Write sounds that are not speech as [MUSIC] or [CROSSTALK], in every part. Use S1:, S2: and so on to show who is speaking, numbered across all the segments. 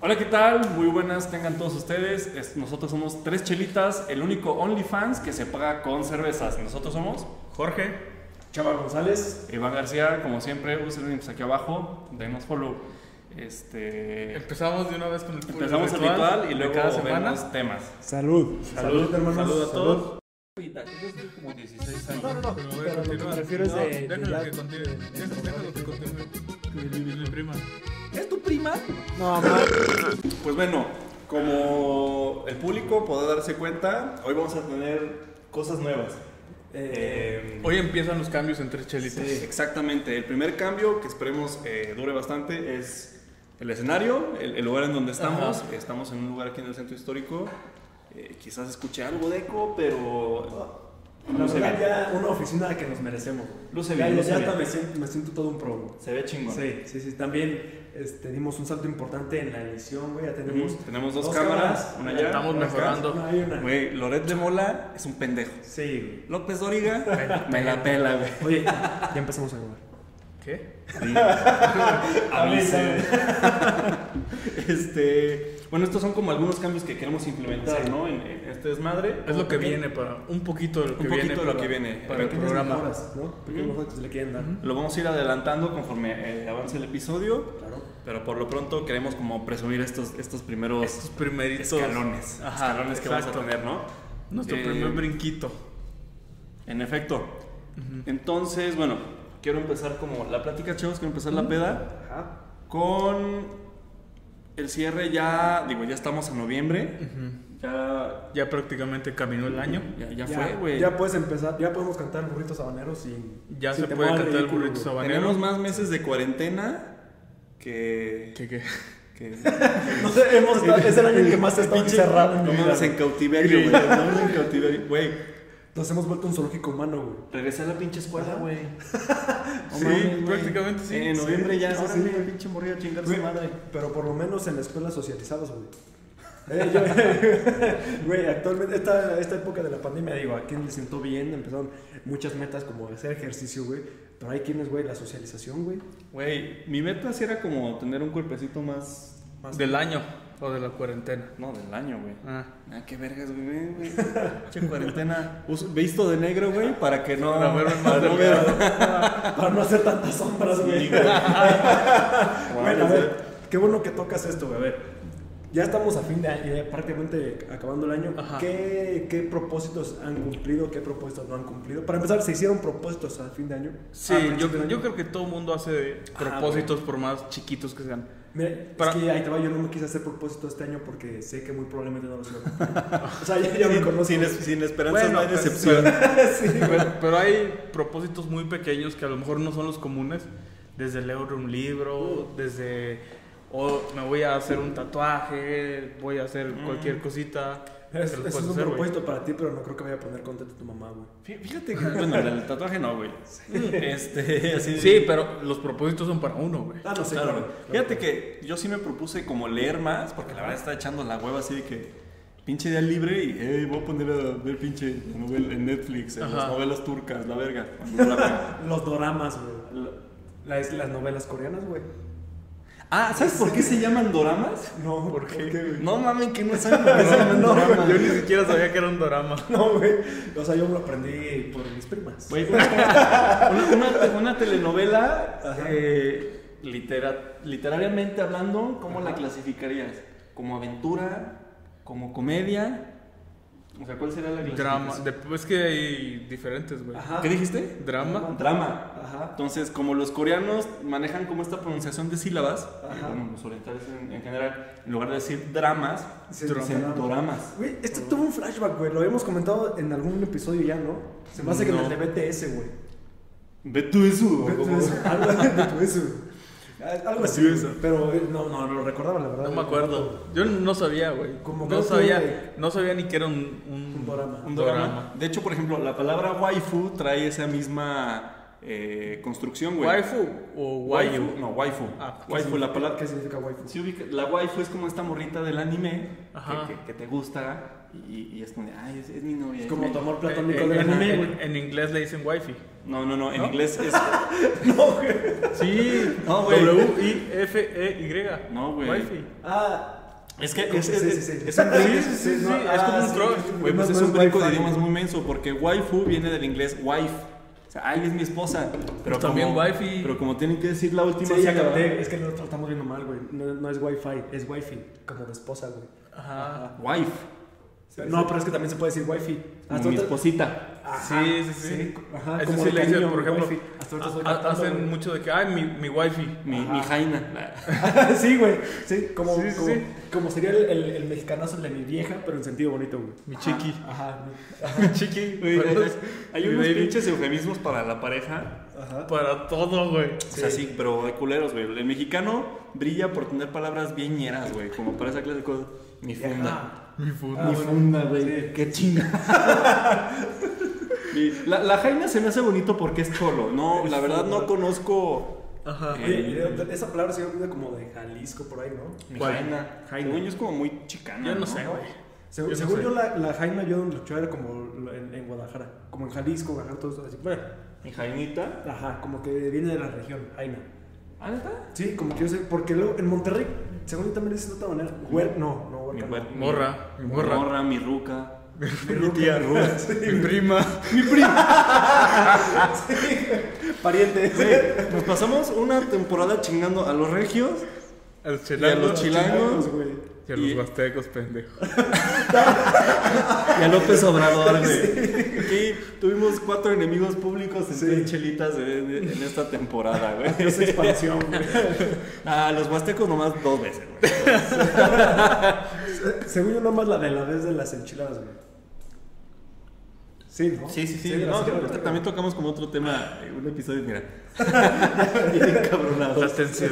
S1: Hola, ¿qué tal? Muy buenas tengan todos ustedes. Es- nosotros somos Tres Chelitas, el único OnlyFans que se paga con cervezas. Nosotros somos
S2: Jorge,
S3: Chava González.
S1: Iván García, como siempre, usen links aquí abajo, denos follow. Este,
S2: empezamos de una vez con el
S1: empezamos el ritual y
S2: de
S1: luego
S2: cada semana.
S1: vemos temas.
S3: Salud. Salud, hermanos.
S2: salud a todos.
S1: como 16 años.
S3: No, no, no.
S2: Pero voy a
S3: Pero lo que me
S2: continuar.
S3: refiero es
S2: No,
S3: de. de
S2: Déjalo
S3: la-
S2: que continúe. Déjalo déjalo que continúe. Es mi prima.
S1: ¿Es tu prima?
S3: No, ma.
S1: Pues bueno, como el público podrá darse cuenta, hoy vamos a tener cosas nuevas. Eh,
S2: Hoy empiezan los cambios entre chelitas.
S1: Sí, exactamente. El primer cambio que esperemos eh, dure bastante es el escenario, el, el lugar en donde estamos. Estamos en un lugar aquí en el centro histórico. Eh, quizás escuché algo de eco, pero
S3: La
S1: luce
S3: verdad,
S1: bien.
S3: Ah, ya una oficina que nos merecemos.
S1: Luce
S3: Ya-
S1: bien,
S3: Ya,
S1: luce
S3: ya
S1: bien.
S3: hasta me siento, me siento todo un pro.
S1: se ve chingón.
S3: Sí, sí, sí. También este, dimos un salto importante en la edición, güey. Ya tenemos.
S1: Ujú, tenemos dos cámaras, una allá.
S2: Estamos
S3: Una acá,
S2: mejorando.
S3: No, hay una.
S1: Güey, Loret de Mola es un pendejo.
S3: Sí, güey.
S1: López
S3: [LAUGHS]
S1: Doriga me la pela, güey.
S3: Oye, ya empezamos a grabar.
S2: ¿Qué?
S1: Avisen. este, bueno, estos son como algunos cambios que queremos implementar, ¿no? En, en este desmadre.
S2: Es lo que viene para. Un poquito de lo que
S1: Un
S2: viene.
S1: poquito de lo
S2: para-
S1: que viene.
S2: Para el
S1: Pequeñas
S2: programa.
S3: Mejoras, ¿no? Pequeños mejoras que se le quieren dar.
S1: Lo vamos a ir adelantando conforme eh, avance el episodio,
S3: Claro.
S1: pero por lo pronto queremos como presumir estos, estos primeros
S2: Estos primeritos.
S1: escalones,
S2: Ajá,
S1: escalones que vamos a
S2: exacto.
S1: tener, ¿no?
S2: Nuestro
S1: Eh,
S2: primer brinquito.
S1: En efecto. Entonces, bueno, quiero empezar como la plática, chavos, quiero empezar la peda con el cierre ya, digo, ya estamos en noviembre, ya,
S2: Ya prácticamente caminó el año.
S1: ya, ya fue, güey.
S3: Ya puedes empezar, ya podemos cantar burritos habaneros sin.
S2: Ya
S3: sin
S2: se
S3: temor
S2: puede
S3: al
S2: cantar el
S3: ridículo,
S2: burrito
S3: güey.
S2: sabanero.
S1: Tenemos más meses de cuarentena que...
S2: ¿Qué, [LAUGHS] qué?
S1: [LAUGHS] que-
S3: No sé, hemos estado- es el año en que más he estado encerrado. en mi
S1: No
S3: vida,
S1: mames, en
S3: güey.
S1: cautiverio, güey. No mames, en cautiverio. Güey,
S3: Nos hemos vuelto un zoológico humano, güey.
S1: regresé a la pinche escuela, güey. No
S2: Sí,
S1: mames, güey.
S2: prácticamente sí.
S1: En noviembre ya,
S3: Sí, sí.
S1: órale, pinche morrillo, chingar su
S3: Güey,
S1: madre.
S3: Pero por lo menos en la escuela socializados, güey. Eh, yo- [LAUGHS] Güey, actualmente, esta, esta época de la pandemia, digo, a quien le sentó bien, empezaron muchas metas como hacer ejercicio, güey. Pero hay quienes, güey, la socialización, güey.
S1: Güey, mi meta sí era como tener un cuerpecito más.
S3: más-
S2: Del año o de la cuarentena.
S1: No, del año, güey.
S2: Ah.
S1: Ah, qué vergas, güey, ven, güey. Pinche cuarentena. Uso- Visto de negro, güey, para que no. [LAUGHS]
S2: Para verme más
S1: para no
S2: delgado.
S1: ver-
S3: Para no hacer tantas sombras, güey.
S1: Sí,
S3: [LAUGHS]
S1: güey.
S3: Bueno, a ver, qué bueno que tocas esto, güey. A ver, ya estamos a fin de año, ya prácticamente acabando el año.
S2: Ajá.
S3: ¿Qué, ¿Qué propósitos han cumplido? ¿Qué propósitos no han cumplido? Para empezar, ¿se hicieron propósitos a fin de año?
S2: Sí,
S3: ¿A principio
S2: yo,
S3: de año?
S2: yo creo que todo mundo hace propósitos por más chiquitos que sean.
S3: Mira,
S2: Para-
S3: es que ahí te va, yo no me quise hacer propósito este año porque sé que muy probablemente no los iba a
S2: [LAUGHS]
S3: cumplir. O sea, ya, ya me
S1: [LAUGHS]
S3: conozco.
S1: Sin, es-
S3: [LAUGHS]
S1: sin esperanzas no
S2: Bueno,
S1: hay
S2: pues,
S1: decepción.
S2: [LAUGHS]
S3: sí, güey.
S2: Pero, pero hay propósitos muy pequeños que a lo mejor no son los comunes. Desde leer un libro, desde o me voy a hacer un tatuaje, voy a hacer cualquier cosita.
S3: Es,
S2: que los
S3: es
S2: puedas
S3: un
S2: hacer, güey.
S3: propósito para ti, pero no creo que vaya a poner contenta a tu mamá, güey.
S1: Fí- Fíjate que. Bueno, el tatuaje no, güey. Este, [LAUGHS] así de-
S2: Sí, pero los propósitos son para uno, güey.
S3: Ah, no sé,
S1: Claro,
S3: claro.
S1: Fíjate que yo sí me propuse como leer más, porque la verdad está echando la hueva así de que pinche día libre y hey, voy a poner a ver pinche la novela en Netflix, en las
S2: Ajá.
S1: novelas turcas, la verga. Cuando la verga.
S3: Los doramas, güey.
S1: La-
S3: Las, las novelas coreanas, güey.
S1: Ah, ¿sabes por qué se llaman doramas?
S3: No, ¿por qué? güey?
S1: No mamen que [LAUGHS] no saben lo que se llaman
S3: No,
S1: doramas.
S2: Yo ni [LAUGHS] siquiera sabía que era un drama.
S3: No, güey. O sea, yo lo aprendí por mis primas.
S1: Güey, una, una- una- una telenovela, eh, litera- literariamente hablando, ¿cómo la clasificarías? ¿Como aventura? ¿Como comedia? O sea, ¿cuál sería la
S2: Drama.
S1: clasificación?
S2: Después que hay diferentes, güey.
S3: Ajá.
S1: ¿Qué dijiste?
S2: Drama.
S1: Drama.
S3: Ajá.
S1: Entonces, como los coreanos manejan como esta pronunciación de sílabas, y
S3: Ajá.
S1: bueno, los orientales en, en general, en lugar de decir dramas,
S3: Se dice
S1: dicen
S3: drama.
S1: doramas.
S3: Güey, esto tuvo un flashback, güey. Lo habíamos comentado en algún episodio ya, ¿no? Se me hace que en
S2: No.
S3: el de BTS, güey.
S1: Ve tú eso.
S3: [LAUGHS] Algo
S1: como-
S3: de tu eso. Algo así,
S2: eso.
S3: güey. pero eh, no, no, lo recordaba la verdad.
S2: No me
S3: güey.
S2: acuerdo. Yo no sabía, güey.
S3: Como
S2: No
S3: que-
S2: sabía, no sabía ni que era un,
S3: Un dorama.
S1: Un drama. De hecho, por ejemplo, la palabra waifu trae esa misma eh, construcción, güey.
S2: ¿Waifu o
S1: Waifu,
S2: waifu?
S1: No, waifu.
S2: Ah, ¿qué
S1: waifu, la palabra.
S3: ¿Qué significa waifu?
S1: Sí ubica- la waifu es como esta morrita del anime
S2: Ajá.
S1: que, que- que te gusta y, y es como de, ay, es, es mi novia.
S3: Es
S1: es
S3: como
S1: mi-
S3: tu amor
S2: En,
S3: platónico
S1: Eh,
S2: en-
S3: del
S2: en-
S3: anime,
S2: en-
S3: güey.
S2: en inglés le dicen wifi.
S1: No, no, no, en
S2: ¿No?
S1: inglés
S2: [LAUGHS]
S1: es.
S3: No, güey.
S2: Sí,
S1: No, güey.
S2: E W-I-F-E-Y.
S1: No, güey.
S2: Wifi.
S3: Ah.
S1: Es que es,
S3: Sí,
S1: es,
S3: sí,
S1: es,
S3: [LAUGHS] sí.
S1: es
S3: Ah,
S1: un brinco.
S2: Sí, sí, sí, sí, es como un cross,
S1: Güey, pues
S3: no,
S1: es
S3: no
S1: un brinco de
S3: wifi.
S1: idiomas muy menso porque waifu viene del inglés wife. O sea, ay, es mi esposa. Pero
S2: Pues también
S1: como,
S2: wifi.
S1: Pero como tienen que decir la última
S3: Sí, ya
S1: sílaba-
S3: capté. Es que lo estamos viendo mal, güey. No, no es wifi, es wifi. Como de esposa, güey.
S2: Ajá.
S1: Wife.
S3: No, pero es que también se puede decir wifi.
S1: Como mi esposita.
S3: Ajá,
S2: Sí, sí, sí.
S3: Ajá,
S2: Ese
S3: como
S2: sí
S3: el
S2: le dicen,
S3: cariño,
S2: por ejemplo,
S3: wifi. Hasta ahorita estoy
S2: ha-
S3: captando,
S2: hacen
S3: güey.
S2: mucho de que, ay, mi, mi wifi.
S1: Mi,
S3: Ajá.
S1: mi jaina.
S3: [LAUGHS] sí, güey. Sí, como,
S2: Sí, sí,
S3: como,
S2: sí.
S3: como sería el, el, el mexicanazo de mi vieja, pero en sentido bonito, güey.
S2: Mi chiqui.
S3: Ajá.
S2: Mi chiqui.
S1: [LAUGHS] Güey,
S2: Para
S1: hay-
S2: los-
S1: Hay
S2: mi
S1: unos
S2: baby.
S1: pinches eufemismos para la pareja.
S3: Ajá.
S2: Para todo, güey.
S1: O sea, sí, pero de culeros, güey. El mexicano brilla por tener palabras bien ñeras, güey. Como para esa clase de cosas. Mi funda.
S2: Mi food.
S3: Ah,
S1: Mi
S3: bueno.
S1: funda, güey. Qué chinga. Y La, la jaina se me hace bonito porque es cholo. No, la verdad no conozco.
S2: Ajá.
S1: eh,
S3: Oye, y de- esa palabra se olvida como de Jalisco por ahí, ¿no?
S1: mi
S2: ¿Cuál?
S1: jaina.
S3: Jaina.
S1: Según yo es como muy chicana.
S2: Yo no sé, güey.
S3: Según
S2: Yo
S3: yo,
S2: no
S3: según
S2: sé.
S3: yo la, la Jaina yo donde luchaba era como lo- en, en Guadalajara, como en Jalisco, Guadalajara, todo eso así. Bueno,
S1: Mi jainita.
S3: ajá, como que viene de la región, Jaina.
S1: ¿Ah, neta?
S3: Sí, como que yo sé, porque luego en Monterrey, según yo también es de otra manera. Güer, no, no,
S1: Mi
S3: huerca. no.
S1: güer- mi-
S2: Morra, mi
S1: Mi
S2: morra.
S1: morra, mi ruca.
S2: Mi
S1: [LAUGHS]
S2: tía.
S3: [LAUGHS]
S2: [LAUGHS] Mi prima.
S3: Pariente.
S1: Güey, nos pasamos una temporada chingando a los regios
S2: A los
S1: y a los
S2: chilangos.
S1: chilangos
S3: güey.
S2: Y a los huastecos, pendejo.
S1: y a López Obrador, güey. Aquí tuvimos cuatro enemigos públicos en
S3: Sí.
S1: tres chelitas de- de- en esta temporada, güey.
S3: Es expansión,
S1: [LAUGHS]
S3: güey. Eh,
S1: Ah, los huastecos nomás dos veces, güey.
S3: Según yo, nomás la de la vez de las enchiladas, güey. Sí, ¿no?
S1: Sí, sí, sí.
S3: la
S1: no,
S3: vez
S1: creo
S3: de las
S1: que
S3: enchiladas.
S1: también tocamos como otro tema, eh, un episodio, mira. [LAUGHS] Bien
S2: La
S1: cabronados.
S2: atención.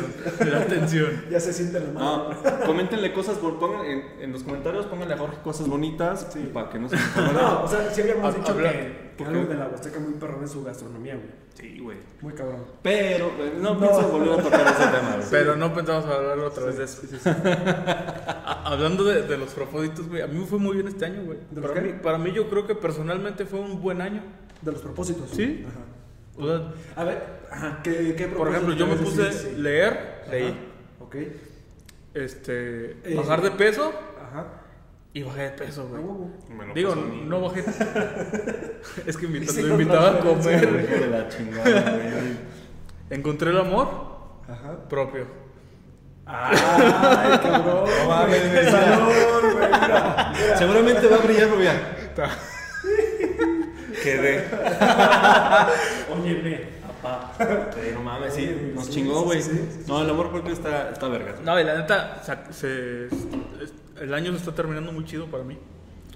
S2: La atención.
S3: [LAUGHS] Ya se siente la mano.
S1: No, coméntenle cosas, bol- pongan en, en los comentarios, pónganle a Jorge cosas bonitas
S3: Sí.
S1: para que no se
S3: No, no, o sea, sí habíamos
S2: Hab-
S3: dicho
S2: habla-
S3: que, que
S1: ¿por
S3: algo
S1: qué?
S3: de la Huasteca muy perrón en su gastronomía, güey.
S1: Sí, güey.
S3: Muy cabrón.
S1: Pero, eh, no,
S3: No.
S1: pienso volver a tocar ese tema, güey.
S2: Pero no pensamos hablarlo otra vez de eso. A- [LAUGHS] Hablando de, de los propósitos, güey, a mí me fue muy bien este año, güey.
S3: ¿De los
S2: Para
S3: qué?
S2: mí, para mí yo creo que personalmente fue un buen año.
S3: De los propósitos.
S2: Sí.
S3: Ajá.
S2: O sea,
S3: A ver, ajá, ¿qué, qué
S2: por ejemplo,
S3: propósitos
S2: yo me
S3: quieres
S2: puse
S3: decir? Sí.
S2: leer,
S3: Ajá,
S2: leí,
S3: Ok.
S2: este,
S3: Eh,
S2: bajar de peso
S3: Ajá.
S2: y bajé de peso,
S3: A
S2: güey.
S3: huevo.
S1: Me lo
S2: Digo,
S1: pasó pues, a mí.
S2: no bajé.
S3: [LAUGHS]
S2: es que invita-
S3: Sí,
S2: lo
S3: no,
S2: invitaba a
S3: no, no,
S1: Hijo
S2: comer. güey.
S1: de la chingada, güey.
S2: Encontré el amor
S3: Ajá.
S2: propio.
S3: [LAUGHS] Ay, cabrón.
S1: No mames,
S3: güey.
S1: güey,
S2: [LAUGHS]
S1: mira.
S3: Valor, güey, mira.
S1: Seguramente va a brillar, pero mira.
S2: Ta-
S1: [LAUGHS] Quedé.
S3: Oye, ve. Apá.
S1: No mames, sí,
S3: Oye,
S1: nos
S3: sí,
S1: chingó,
S3: sí,
S1: güey.
S3: sí, sí, sí.
S1: No, el amor propio está, está verga.
S2: No, y la neta, o sea, se- es- el año se está terminando muy chido para mí.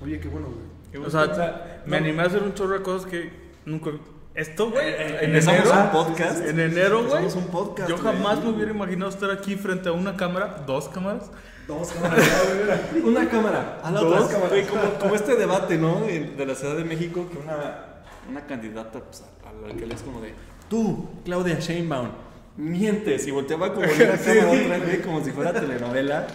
S3: Oye, qué bueno, güey.
S2: O sea,
S3: O sea,
S2: me
S3: no-
S2: animé a hacer un chorro de cosas que nunca. Esto, güey. En
S1: Empezamos
S2: enero.
S1: un podcast.
S2: En enero, güey.
S1: Empezamos un podcast,
S2: Yo
S1: güey.
S2: jamás me hubiera imaginado estar aquí frente a una cámara, dos cámaras.
S3: Dos cámaras, güey, mira.
S2: [LAUGHS]
S1: Una cámara, a la
S3: Dos
S1: otra.
S3: cámaras.
S1: Güey, como, como este debate, ¿no? De, de la Ciudad de México, que una, una candidata pues, a- a la alcaldía es como de, tú, Claudia Sheinbaum, mientes. Y volteaba [LAUGHS] como en una cámara otra, güey, como si fuera telenovela.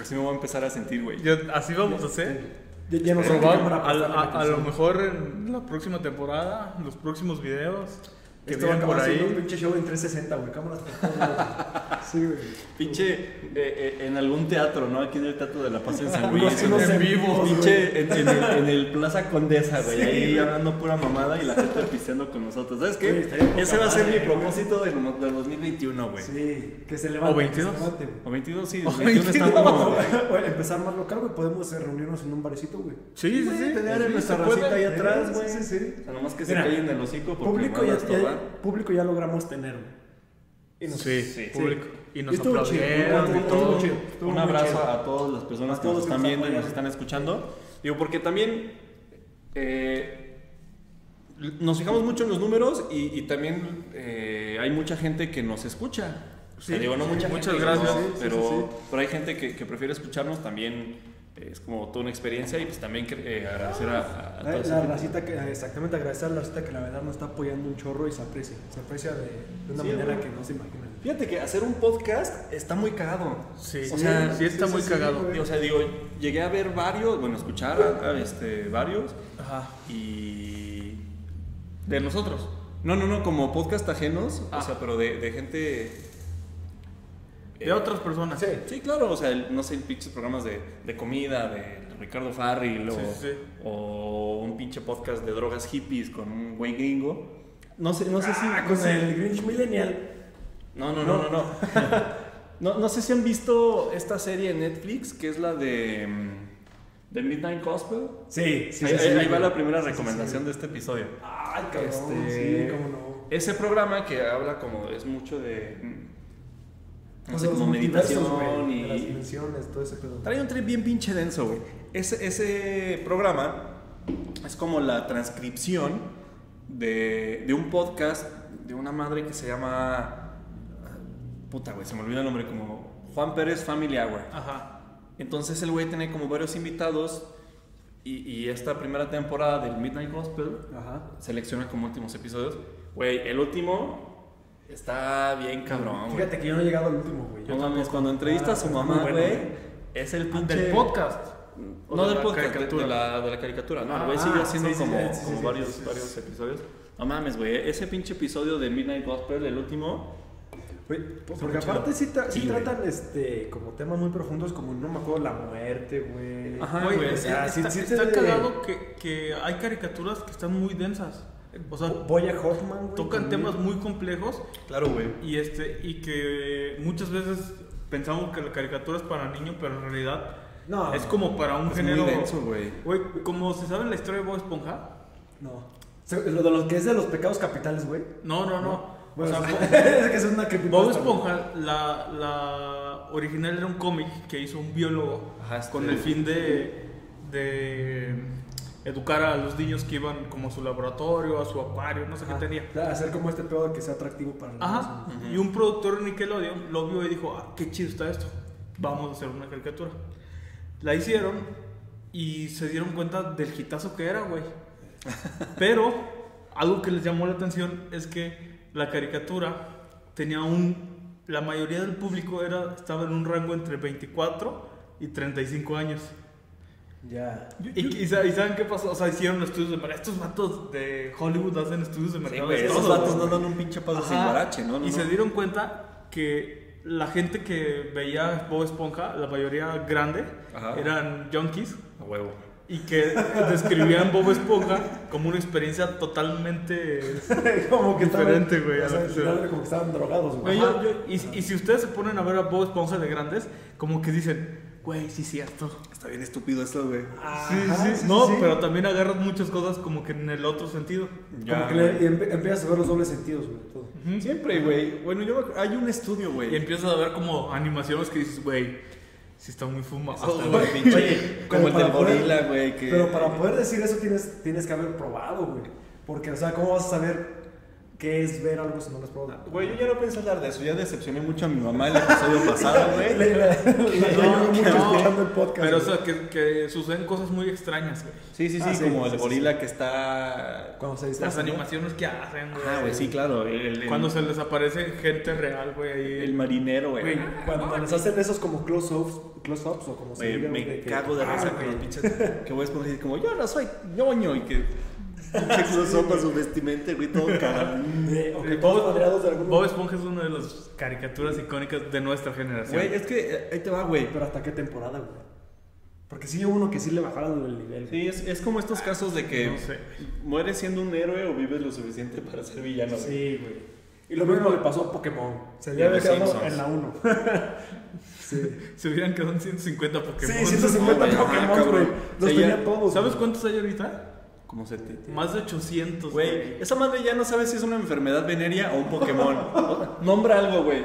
S1: Así me voy a empezar a sentir, güey.
S2: Yo- así vamos a hacer.
S3: Ya, ya no sé qué
S2: Probable-
S3: cámara
S2: a,
S3: prestarle
S2: a- a lo
S3: atención.
S2: mejor en la próxima temporada, en los próximos videos que
S3: Esto va a
S2: vienen por
S3: acabar siendo un
S2: ahí.
S3: pinche show en 360, güey. Cámaras por todos lados. Sí, güey.
S1: Pinche eh, eh, en algún teatro, ¿no? Aquí en el Teatro de la Paz en San Luis.
S3: No, sí, no
S1: en-
S3: sé,
S1: en
S3: vivos, güey.
S1: Pinche en, en el, en el Plaza Condesa, güey.
S3: Sí,
S1: ahí
S3: güey.
S1: hablando pura mamada y la gente pisteando con nosotros. ¿Sabes
S3: Güey,
S1: qué?
S3: estaría poca
S1: Ese va a ser mi
S3: madre,
S1: propósito del, mo- del 2021, güey.
S3: Sí, que se levante.
S2: O 22.
S3: que se levante,
S2: [LAUGHS]
S3: güey.
S1: O 22, sí.
S2: O
S1: 21 está
S2: 22.
S1: como-
S3: [LAUGHS] Oye, empezar más local, güey. Podemos eh, reunirnos en un barecito, güey.
S2: Sí, sí, sí.
S1: tener
S2: sí,
S1: en nuestra
S2: se puede.
S1: racita ahí
S3: Eh,
S1: atrás,
S3: sí,
S1: güey.
S3: sí, sí.
S1: O sea, nomás que se
S3: Mira,
S1: callen el hocico porque
S3: Público
S1: van a
S3: ya,
S1: estorbar.
S3: ya- público ya logramos tener, güey. Y nos- eh,
S2: Sí,
S1: Sí.
S2: público. Y nos
S3: Estuvo chido,
S2: aplaudieron
S1: Ante
S2: y
S3: estuvo
S1: todo,
S3: chido, estuvo
S1: un
S3: muy
S1: abrazo
S3: chido.
S1: a todas las personas
S3: A
S1: que nos
S3: todos
S1: están
S3: que nos
S1: viendo y nos
S3: apoyan.
S1: están escuchando. Digo, porque también eh, nos fijamos mucho en los números y, y también eh, hay mucha gente que nos escucha. O sea,
S2: Sí,
S1: digo, no
S2: sí,
S1: mucha
S2: muchas
S1: gente,
S2: gracias.
S1: ¿no?
S2: Sí,
S3: sí,
S1: pero,
S3: sí, sí.
S1: pero hay gente que, que prefiere escucharnos también. eh, es como toda una experiencia y pues también cre- eh, agradecer a, a- a toda
S3: La,
S1: esa
S3: la
S1: gente.
S3: racita que, eh, exactamente, agradecer a la racita que la verdad nos está apoyando un chorro y se aprecia. Se aprecia de, de una
S1: Sí,
S3: manera
S1: güey.
S3: que no se imagina.
S1: Fíjate que hacer un podcast está muy cagado.
S2: Sí,
S1: O sea,
S2: sí está
S3: sí,
S2: muy
S3: sí,
S2: cagado.
S3: güey.
S1: O sea, digo, llegué a ver varios, bueno, escuchar a, a, este, varios
S2: Ajá.
S1: y...
S2: De nosotros.
S1: No, no, no, como podcast ajenos,
S2: Ah.
S1: o sea, pero de, de gente...
S2: De
S1: eh,
S2: otras personas.
S3: Sí.
S1: Sí, claro, o sea, el- no sé, el pinches programas de, de comida, de Ricardo Farril, o,
S2: Sí, sí, sí.
S1: o un pinche podcast de drogas hippies con un güey gringo. No sé, no sé si...
S3: Ah,
S1: no
S3: con
S1: sé.
S3: el Grinch Millennial.
S1: No, no, no, no, no. [LAUGHS] No, no sé si han visto esta serie en Netflix, que es la de mm, The Midnight Gospel.
S3: Sí, sí,
S1: ahí,
S3: sí, sí,
S1: ahí- ahí va
S3: güey.
S1: la primera
S3: Sí, sí, sí.
S1: recomendación de este episodio.
S3: Ay, cabrón,
S1: Este-
S3: sí, cómo no.
S1: Ese programa que habla como es mucho de mm, no
S3: O
S1: sé,
S3: sea,
S1: como
S3: los multiversos,
S1: meditación
S3: güey, de Las
S1: y
S3: dimensiones, todo ese pedo.
S1: trae un trip bien pinche denso, güey. Ese, ese programa es como la transcripción de, de un podcast de una madre que se llama ah, puta, güey, se me olvida el nombre como Juan Pérez Family Hour.
S2: Ajá.
S1: Entonces el güey tiene como varios invitados y, y esta primera temporada del Midnight Gospel
S3: Ajá.
S1: selecciona como últimos episodios. Güey, el último está bien cabrón, güey.
S3: Fíjate que yo no he llegado al último, güey.
S1: No mames, cuando entrevista a su
S3: Ah,
S1: mamá,
S3: muy
S1: güey,
S3: bueno, güey.
S1: es el
S2: Ah,
S1: pinche...
S2: Del podcast.
S1: No
S2: ¿O de
S1: del
S2: la
S1: podcast, de- de,
S2: caricatura?
S1: la, de la caricatura. No, el güey
S3: Ah,
S1: sigue haciendo
S3: sí, sí,
S1: como,
S3: sí, sí,
S1: como
S3: sí,
S1: varios,
S3: sí, sí, sí.
S1: varios episodios. No mames, güey, ese pinche episodio de Midnight Gospel, el último...
S3: Güey, po-
S1: Está
S3: porque
S1: muy chido.
S3: aparte sí, tra- sí
S1: Sí, güey.
S3: tratan este como temas muy profundos como no me acuerdo la muerte, güey.
S1: Ajá,
S2: Güey,
S1: Ah, güey,
S2: es-
S1: o
S2: está,
S3: sea, sí- sí
S2: está
S3: se-
S2: cagado que, que hay caricaturas que están muy densas. O sea,
S3: Boya Hoffman, güey.
S2: tocan
S3: también.
S2: temas muy complejos
S1: Claro, güey.
S2: y este y que muchas veces pensamos que la caricatura es para niños, pero en realidad
S3: No.
S2: es como para un
S1: Ah, Es muy
S2: género.
S1: denso, güey.
S2: Güey, como se sabe la historia de Bob Esponja.
S3: No. Se- Lo de los que es de los pecados capitales, güey.
S2: No, no, no.
S3: Bueno,
S2: o sea, Bob-
S3: [LAUGHS] es que es una creepypasta.
S2: Bob
S3: güey.
S2: Esponja, la, la original era un cómic que hizo un biólogo
S1: Ajá, este-
S2: con el fin de, de educar a los niños que iban como a su laboratorio, a su acuario, no sé
S3: Ajá.
S2: qué tenía.
S3: Claro, Hacer como este pedo que sea atractivo para los
S2: Ajá.
S3: niños.
S2: Y un productor de Nickelodeon lo vio y dijo, ah, qué chido está esto, vamos a hacer una caricatura. La hicieron y se dieron cuenta del hitazo que era, güey. Pero algo que les llamó la atención es que la caricatura tenía un... La mayoría del público era, estaba en un rango entre 24 y 35 años.
S3: Ya. [LAUGHS]
S2: Y, y sa- y saben qué pasó, o sea, hicieron estudios de mercado. Estos vatos de Hollywood hacen estudios de mercado. de
S1: esos
S2: todo,
S1: datos
S2: güey.
S1: no dan un pinche paso sin
S2: Ajá.
S1: guarache, ¿no? No,
S2: y se
S1: no.
S2: dieron cuenta que la gente que veía Bob Esponja, la mayoría grande,
S1: Ajá.
S2: eran junkies
S1: A huevo.
S2: y que [LAUGHS] describían Bob Esponja como una experiencia totalmente...
S3: como que estaban-
S2: Diferente, güey,
S3: o sea,
S2: a lo que se ve.
S3: literalmente como que estaban drogados,
S2: Güey,
S3: güey.
S2: yo- yo- y, y si ustedes se ponen a ver a Bob Esponja de grandes, como que dicen, güey, sí es cierto.
S1: Está bien estúpido esto, güey.
S3: Ajá,
S2: Sí, sí, no, pero también agarras muchas cosas como que en el otro sentido.
S1: Ya,
S3: como que le- y empe- empiezas a ver los dobles sentidos, güey. todo.
S2: Ujú.
S1: Siempre, güey. Bueno, yo me acu- hay un estudio,
S2: Y
S1: güey.
S2: empiezas a ver como animaciones que dices, güey, sí está muy fumado.
S1: Hasta,
S2: [LAUGHS] güey".
S1: güey, pinche-
S3: Oye,
S1: como
S3: pero
S1: el
S3: para
S1: del
S3: poder-
S1: gorila, güey. Que...
S3: Pero para poder decir eso tienes, tienes que haber probado, güey. Porque, o sea, ¿cómo vas a saber qué es ver algo si no lo has probado?
S1: Güey, yo ya no pensé hablar de eso. Ya decepcioné mucho a mi mamá el episodio pasado,
S3: Le-
S1: güey.
S3: le- le ayudo mucho
S2: no,
S3: escuchando el podcast.
S2: Pero, o
S3: güey.
S2: sea, que, que suceden cosas muy extrañas, güey.
S1: Sí, sí, sí,
S3: Ah, sí,
S1: como
S3: sí,
S1: el
S3: sí,
S1: gorila que está.
S3: cuando se
S2: Las
S3: distancian, ¿no?
S2: animaciones que hacen, güey.
S1: Ah, güey, sí, claro. El, el-
S2: Cuando se les aparece gente real, güey. ahí.
S1: el marinero, güey. Ah,
S3: Güey, cuando les hacen esos como close-ups close ups o como se
S1: Güey,
S3: diga,
S1: me
S3: güey, que-
S1: cago de
S3: Ah,
S1: risa con
S3: güey.
S1: los pinches. Que voy a escoger como, yo no soy ñoño. Y que.
S3: [LAUGHS]
S1: Se cruzó con su vestimenta, güey, todo cagado.
S3: Eh, o que
S2: Eh,
S3: todos
S2: Bob-
S3: madreados de algún
S2: Bob Esponja es una de las caricaturas icónicas de nuestra generación.
S1: Güey, es que eh, ahí te va, güey.
S3: Pero hasta qué temporada, güey. Porque sí hubo uno que sí le bajaron el nivel. güey.
S1: Sí, es, es como estos casos de que
S2: No sé.
S1: mueres siendo un héroe o vives lo suficiente para ser villano. güey.
S3: Sí, güey. Y lo mismo le pasó a Pokémon. Se
S1: Y
S3: había
S1: a los
S3: quedado
S1: Simpsons.
S3: en
S1: [LAUGHS]
S3: la 1. sí.
S2: Se hubieran quedado en 150 Pokémon.
S3: Sí, 150
S1: güey. Ah,
S3: Pokémon, güey.
S1: cabrón.
S3: Los
S1: O sea, ya-
S3: tenía todos.
S2: ¿Sabes
S3: güey.
S2: cuántos hay ahorita?
S1: Como se te.
S2: Más de 800,
S1: Güey, esa madre ya no sabe si es una enfermedad venerea o un Pokémon. [LAUGHS] Nombra algo, güey.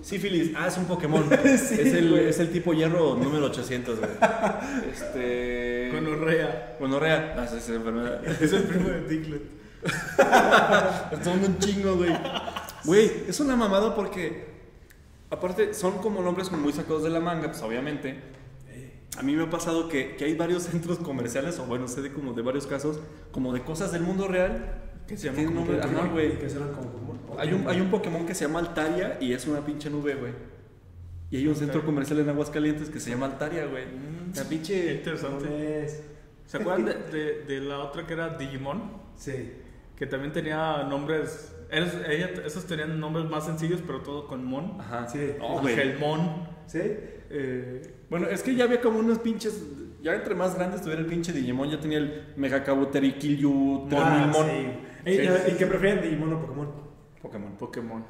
S1: Sífilis, ah, es un [LAUGHS] Pokémon.
S3: Sí,
S1: es, el,
S3: güey.
S1: es el tipo hierro número 800, güey. [LAUGHS] Este.
S2: Gonorrea.
S1: Gonorrea. Ah, sí, [LAUGHS] es enfermedad.
S2: Es el primo de Diglett.
S1: Son un chingo, güey. Güey, es una mamada porque. Aparte, son como nombres como muy sacados de la manga, pues obviamente. a mí me ha pasado que, que hay varios [LAUGHS] centros comerciales, o bueno, sé de como de varios casos, como de cosas del mundo real.
S2: Que se
S1: que
S2: llama
S1: tienen
S2: como
S1: nombre-
S3: que-
S1: ajá, güey.
S3: Que serán como Pokémon.
S1: Hay un, hay un Pokémon que se llama Altaria y es una pinche nube, güey. Y hay un centro comercial en Aguascalientes que se llama Altaria, güey.
S2: Mm.
S1: La
S2: Qué
S1: pinche.
S2: interesante.
S3: Entonces,
S2: ¿Se acuerdan de, de- de la otra que era Digimon?
S3: Sí.
S2: Que también tenía nombres. eres- ella- esos tenían nombres más sencillos, pero todo con Mon.
S1: Ajá.
S3: Sí.
S1: No, Ah, güey.
S2: Angelmon.
S3: ¿Sí?
S2: eh,
S1: Bueno, es que ya había como unos pinches. Ya entre más grande estuviera el pinche Digimon, ya tenía el Megacabuteri Killu, Tronimon.
S3: Ah, Sí. Ey, ¿Y, qué prefieren? Digimon o Pokémon.
S1: Pokémon.
S2: Pokémon.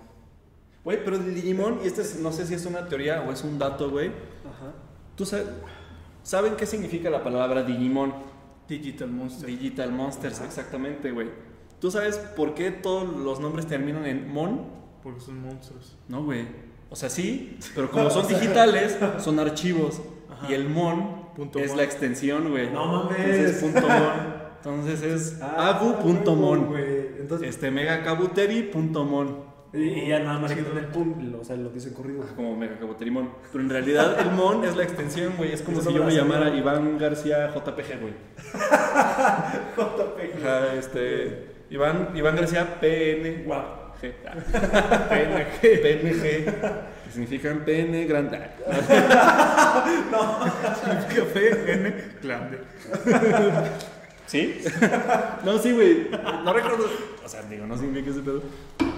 S1: Güey, pero el Digimon, y este es- no sé si es una teoría o es un dato, güey.
S3: Ajá.
S1: ¿Tú sabes, saben qué significa la palabra Digimon?
S2: Digital Monster.
S1: Digital Monsters, exactamente, güey. ¿Tú sabes por qué todos los nombres terminan en mon?
S2: Porque son
S1: [LAUGHS]
S2: monstruos.
S1: No, güey. O sea,
S3: [LAUGHS]
S1: sí, pero como son digitales, son archivos.
S2: Ajá.
S1: Y el mon
S2: Punto
S1: es
S2: mon.
S1: la extensión, güey.
S3: No mames.
S1: Entonces, punto
S3: [LAUGHS]
S1: mon. Entonces es
S3: Ah, güey,
S1: agu.mon.
S3: güey. Entonces,
S1: Este megacabuteri.mon.
S3: y, y ya nada más que el pum, o sea, lo dicen corrido.
S1: Como megacabuterimon. Pero en realidad el mon es la extensión, güey. Es como
S3: Eso
S1: si
S3: no
S1: yo
S3: lo
S1: me
S3: sabía.
S1: llamara Iván García JPG, güey.
S3: JPG.
S1: Ajá, este. Iván, Iván García PN.
S3: Guau.
S1: G. Ah. PNG. PNG. Que significan PN grande. Ah.
S2: Café N grande.
S1: ¿Sí? no, sí, güey. No recuerdo. O sea, digo, no significa ese pedo.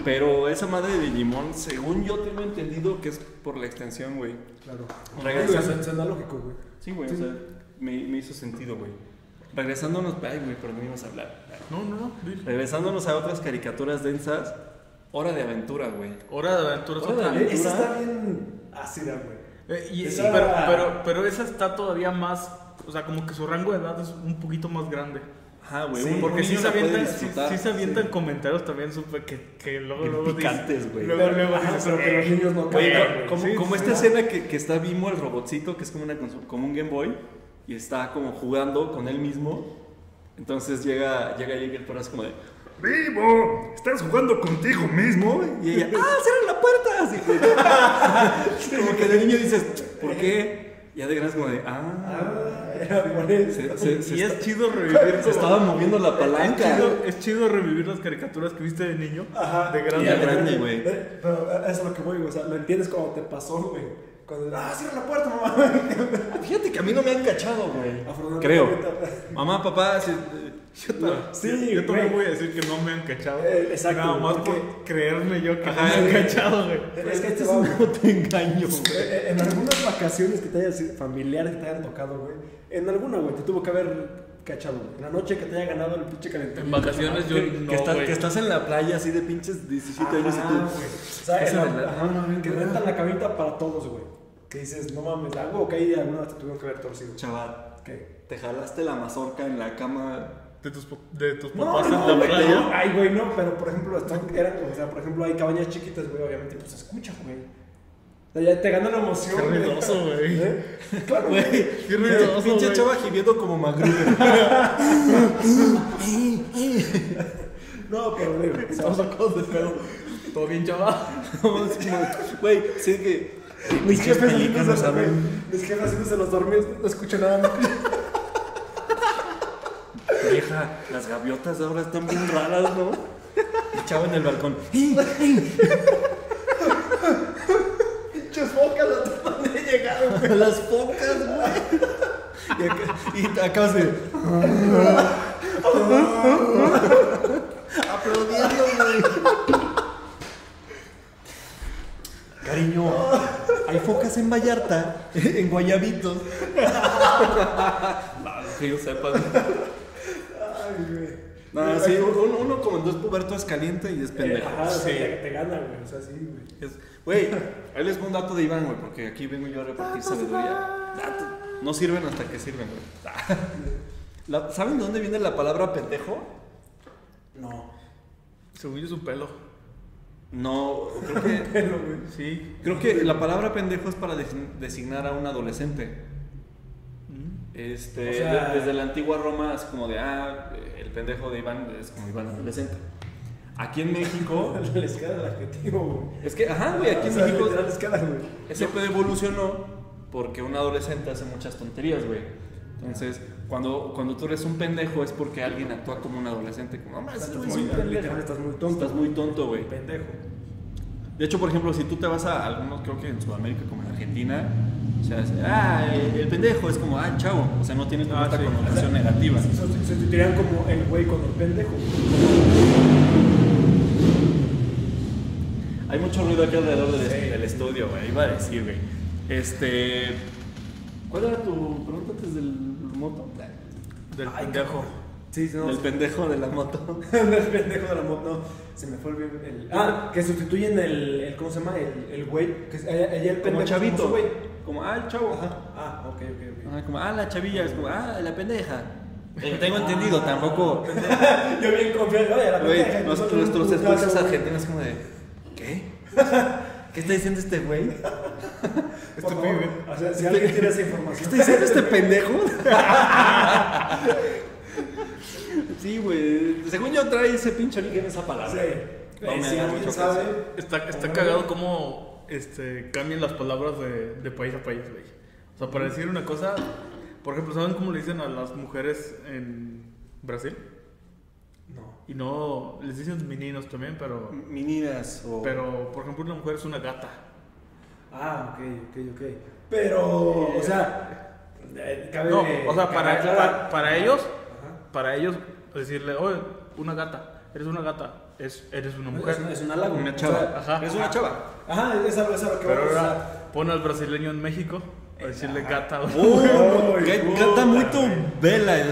S1: Pero esa madre de limón, según yo tengo entendido que es por la extensión, güey.
S3: Claro.
S1: Regresa.
S3: Güey, Suena lógico, güey.
S1: Sí, güey. O sea, me, me hizo sentido, güey. Regresándonos. Ay, güey, pero no íbamos a hablar.
S2: No, no, no. dile.
S1: Regresándonos a otras caricaturas densas. Hora de aventura, güey.
S2: Hora de aventuras.
S1: Hora de
S2: otra.
S1: aventuras.
S3: Eh, Esa está bien ácida, güey.
S2: Eh, y- y-
S3: Esa-
S2: pero, pero, pero esa está todavía más. O sea, como que su rango de edad es un poquito más grande.
S1: Ajá, güey.
S3: Sí,
S1: un
S2: Porque
S1: niño
S2: sí se,
S1: la puede
S2: avientan, sí,
S1: disfrutar.
S2: sí se avientan comentarios también súper que, que luego,
S1: Bien
S2: luego dices-
S1: picantes, güey.
S2: Luego, luego
S3: Ajá,
S2: dices,
S3: pero que
S1: [LAUGHS]
S3: los
S2: "Eh".
S3: niños no
S1: Oye,
S3: caigan,
S1: co-
S3: güey.
S1: como,
S2: Sí,
S1: como
S2: sí,
S1: esta
S2: sí.
S1: escena que, que está Bimbo, el robotcito, que es como, una, consu- como un Game Boy, y está como jugando con él mismo. Entonces llega, llega Jäger Torres como de...
S4: Vivo, estás jugando contigo mismo.
S1: Y ella, ¡ah, cierran la puerta! Así que- [LAUGHS] como que de niño dices, ¿por qué? Y ya de grande es como de, ¡ah!
S3: Ah, era por eso.
S1: Se, se- se
S2: Y
S1: está- [LAUGHS]
S2: es chido revivir.
S1: se estaba moviendo la
S2: Es
S1: palanca.
S2: chido, es chido revivir las caricaturas que viste de niño.
S3: Ajá.
S2: De
S1: Y ya
S2: grande.
S1: grande, güey.
S3: Eh, Pero eh, eso es lo que voy, güey. O sea, lo entiendes cuando te pasó, güey. Cuando, ah, cierra la puerta, mamá.
S1: Ah, Fíjate que a mí no me han cachado, güey. Creo. Mamá, papá, sí, eh,
S3: Sí,
S2: yo también
S3: güey.
S2: voy a decir que no me han cachado.
S3: Eh, exacto,
S2: Nada más
S3: porque-
S2: por creerme yo que
S1: Ajá,
S2: no me
S1: güey.
S2: han cachado, güey.
S3: Es que este es un-
S1: no te engaño, güey.
S3: Eh, eh, En algunas vacaciones que te hayan sido familiares que te hayan tocado, güey. En alguna, güey, te tuvo que haber cachado, güey. En la noche que te haya ganado el pinche calentamiento. Ah,
S2: En vacaciones yo
S1: que,
S2: no,
S1: que estás,
S2: güey.
S1: que estás en la playa así de pinches 17 años y tú.
S3: Ajá, güey. O sea, en la- ajá, que rentan la camita para todos, güey. Que dices, no mames, algo que ahí alguna vez te tuvieron que haber torcido.
S1: Chaval,
S3: ¿Qué?
S1: te jalaste la mazorca en la cama.
S2: De tus, pap- de tus
S3: No,
S2: papás
S3: no,
S2: en la
S3: güey,
S2: playa.
S3: no. Ay, güey, no, pero por ejemplo, están- eran, o sea, por ejemplo, hay cabañas chiquitas, güey, obviamente, pues se escucha, güey. O sea, ya te gana la emoción.
S2: Qué
S3: güey.
S2: ruidoso, güey.
S3: ¿Eh? Claro, güey.
S2: Qué ruidoso,
S1: Pinche
S2: güey.
S1: chava giviendo como
S2: [LAUGHS]
S1: magruder.
S3: No, pero, güey, o sea,
S2: Estamos sacados de pedo. Todo bien,
S1: [LAUGHS]
S2: chaval.
S1: Como así como, Güey, sí que.
S3: Mis
S1: pinches
S3: jefes
S1: pelícanos
S3: haciéndose-
S1: hablan.
S3: Mis jefes haciéndose los dormidos, no escucho nada.
S1: Vieja, las gaviotas ahora están bien raras, ¿no? Y chava en el balcón. "Ey, ey".
S3: Pinches focas, ¿a dónde
S1: [LAUGHS]
S3: llegaron?
S1: Las focas, güey. Y, acá- y acabas de. Aplaudiendo, güey. Cariño, hay focas en Vallarta, en [LAUGHS] Guayabitos.
S2: Que yo sepa.
S3: Ay, güey.
S1: No, Ah, sí, Eh, uno, uno como es puberto es caliente y es pendejo.
S3: Ajá, o sea,
S2: Sí.
S3: te, te gana, güey. O sea, sí, güey.
S1: Es- Güey, él es un dato de Iván, güey, porque aquí vengo yo a repartir sabiduría. Dato. No sirven hasta que sirven, güey. [LAUGHS] La- ¿Saben de dónde viene la palabra pendejo?
S3: No.
S2: Según yo, su pelo.
S1: No, creo que,
S3: Pero, güey.
S2: Sí.
S1: creo que la palabra pendejo es para desin- designar a un adolescente.
S2: Mm,
S1: Este,
S3: O sea-
S1: de- desde la antigua Roma es como de, ah, el pendejo de Iván es como Iván adolescente. Aquí en México,
S3: [LAUGHS] Les queda el adjetivo, güey.
S1: es que, ajá, Ah, güey, aquí
S3: O
S1: en
S3: sea,
S1: México
S3: literal, les queda, güey.
S1: ese pedo evolucionó porque un adolescente hace muchas tonterías, güey. Entonces, cuando, cuando tú eres un pendejo es porque alguien actúa como un adolescente. Como, "Ah, ese
S3: Estás
S1: güey es
S3: muy-
S1: un pendejo".
S3: literal, estás muy tonto.
S1: Estás muy tonto, güey.
S2: Pendejo.
S1: De hecho, por ejemplo, si tú te vas a algunos, creo que en Sudamérica, como en Argentina, o sea, es, ah, el, el pendejo es como, ah, chavo. O sea, no tienes como
S2: Ah,
S1: esta
S2: sí.
S1: connotación negativa.
S3: Se sustituirían como el güey con el pendejo.
S1: Hay mucho ruido aquí alrededor del, del estudio, güey. Iba a decir, güey. Este. ¿Cuál era tu pregunta antes del moto?
S2: Del pendejo.
S3: Sí, no. [LAUGHS]
S1: Del pendejo de la moto.
S3: el pendejo de la moto, no. Se me fue el. el- ah, que sustituyen el, el- ¿Cómo se llama? El, el güey. Que es- ahí- ahí el pendejo
S1: Como
S3: es su
S1: chavito,
S3: güey.
S1: Como, ah, el chavo.
S3: Ajá. Ah,
S1: [LAUGHS]
S3: ok, ok,
S1: Ajá, como, ah, la chavilla. Es como, ah, la pendeja. Eh, tengo entendido, tampoco.
S3: ok. Yo bien confiado. Oye, la pendeja,
S1: Güey,
S3: tú
S1: nos-
S3: solo
S1: nuestros
S3: un putazo,
S1: esfuerzos
S3: güey.
S1: argentinos como de, ¿qué? [LAUGHS] ¿Qué está diciendo este güey?
S3: Por
S1: Este
S3: favor,
S1: pibe.
S3: O sea, si
S1: [LAUGHS]
S3: alguien tiene esa información.
S1: ¿Está diciendo este pendejo? [LAUGHS] Sí, güey. Según yo trae ese pinche origen esa palabra.
S3: Sí.
S1: No
S3: Eh,
S1: me
S3: si
S1: haga
S3: alguien
S1: mucho
S3: sabe.
S2: Está, está
S3: Bueno.
S2: cagado cómo este, cambian las palabras de, de país a país, güey. O sea, para decir una cosa, por ejemplo, ¿saben cómo le dicen a las mujeres en Brasil?
S3: No.
S2: Y no, les dicen meninos también, pero,
S1: Meninas o...
S2: pero por ejemplo, una mujer es una gata.
S3: Ah, ok, ok, ok. Pero, o sea. eh, Cabe,
S2: No, o sea,
S3: cabe
S2: para,
S3: aclarar.
S2: para, para ellos,
S3: Ajá.
S2: para ellos decirle, oye, una gata, eres una gata, es, eres una mujer.
S3: Es, un- es un halago.
S1: Una chava.
S3: O sea,
S2: Ajá.
S1: Es una chava.
S3: Ajá, es algo, es algo que
S2: Pero
S3: vamos a
S2: ahora pone al brasileño en México a decirle gata.
S1: ¡Oh!
S3: Uy,
S1: que-
S3: puta,
S1: Canta muy tu vela, ¿eh?